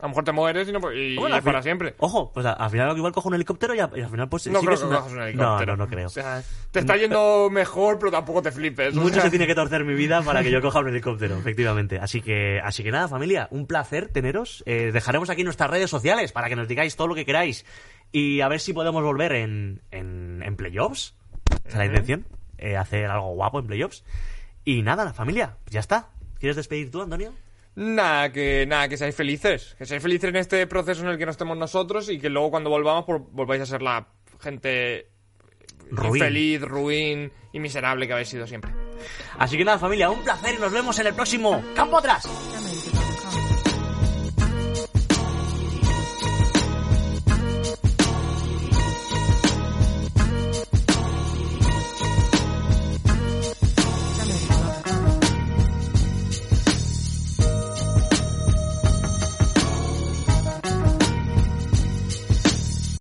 S2: A lo mejor te mueres y, no, y,
S1: Bueno,
S2: y
S1: al fin-
S2: para siempre.
S1: Ojo, pues a- al final igual cojo un helicóptero y, a- y al final pues
S2: No
S1: sí que
S2: creo
S1: es
S2: que
S1: una-
S2: cojas un helicóptero.
S1: No, no, no creo.
S2: O sea, te está yendo mejor, pero tampoco te flipes. o
S1: Mucho
S2: sea,
S1: se tiene que torcer mi vida para que yo coja un helicóptero, efectivamente. Así que, así que nada, familia, un placer teneros. Eh, dejaremos aquí nuestras redes sociales para que nos digáis todo lo que queráis y a ver si podemos volver en, en, en playoffs. Esa es la intención, eh, hacer algo guapo en playoffs. Y nada, la familia, ya está. ¿Quieres despedir tú, Antonio?
S2: Nada, que nada, que seáis felices. Que seáis felices en este proceso en el que nos estemos nosotros y que luego cuando volvamos por- volváis a ser la gente
S1: Ruin.
S2: infeliz, ruin y miserable que habéis sido siempre.
S1: Así que nada, familia, un placer y nos vemos en el próximo Campo Atrás.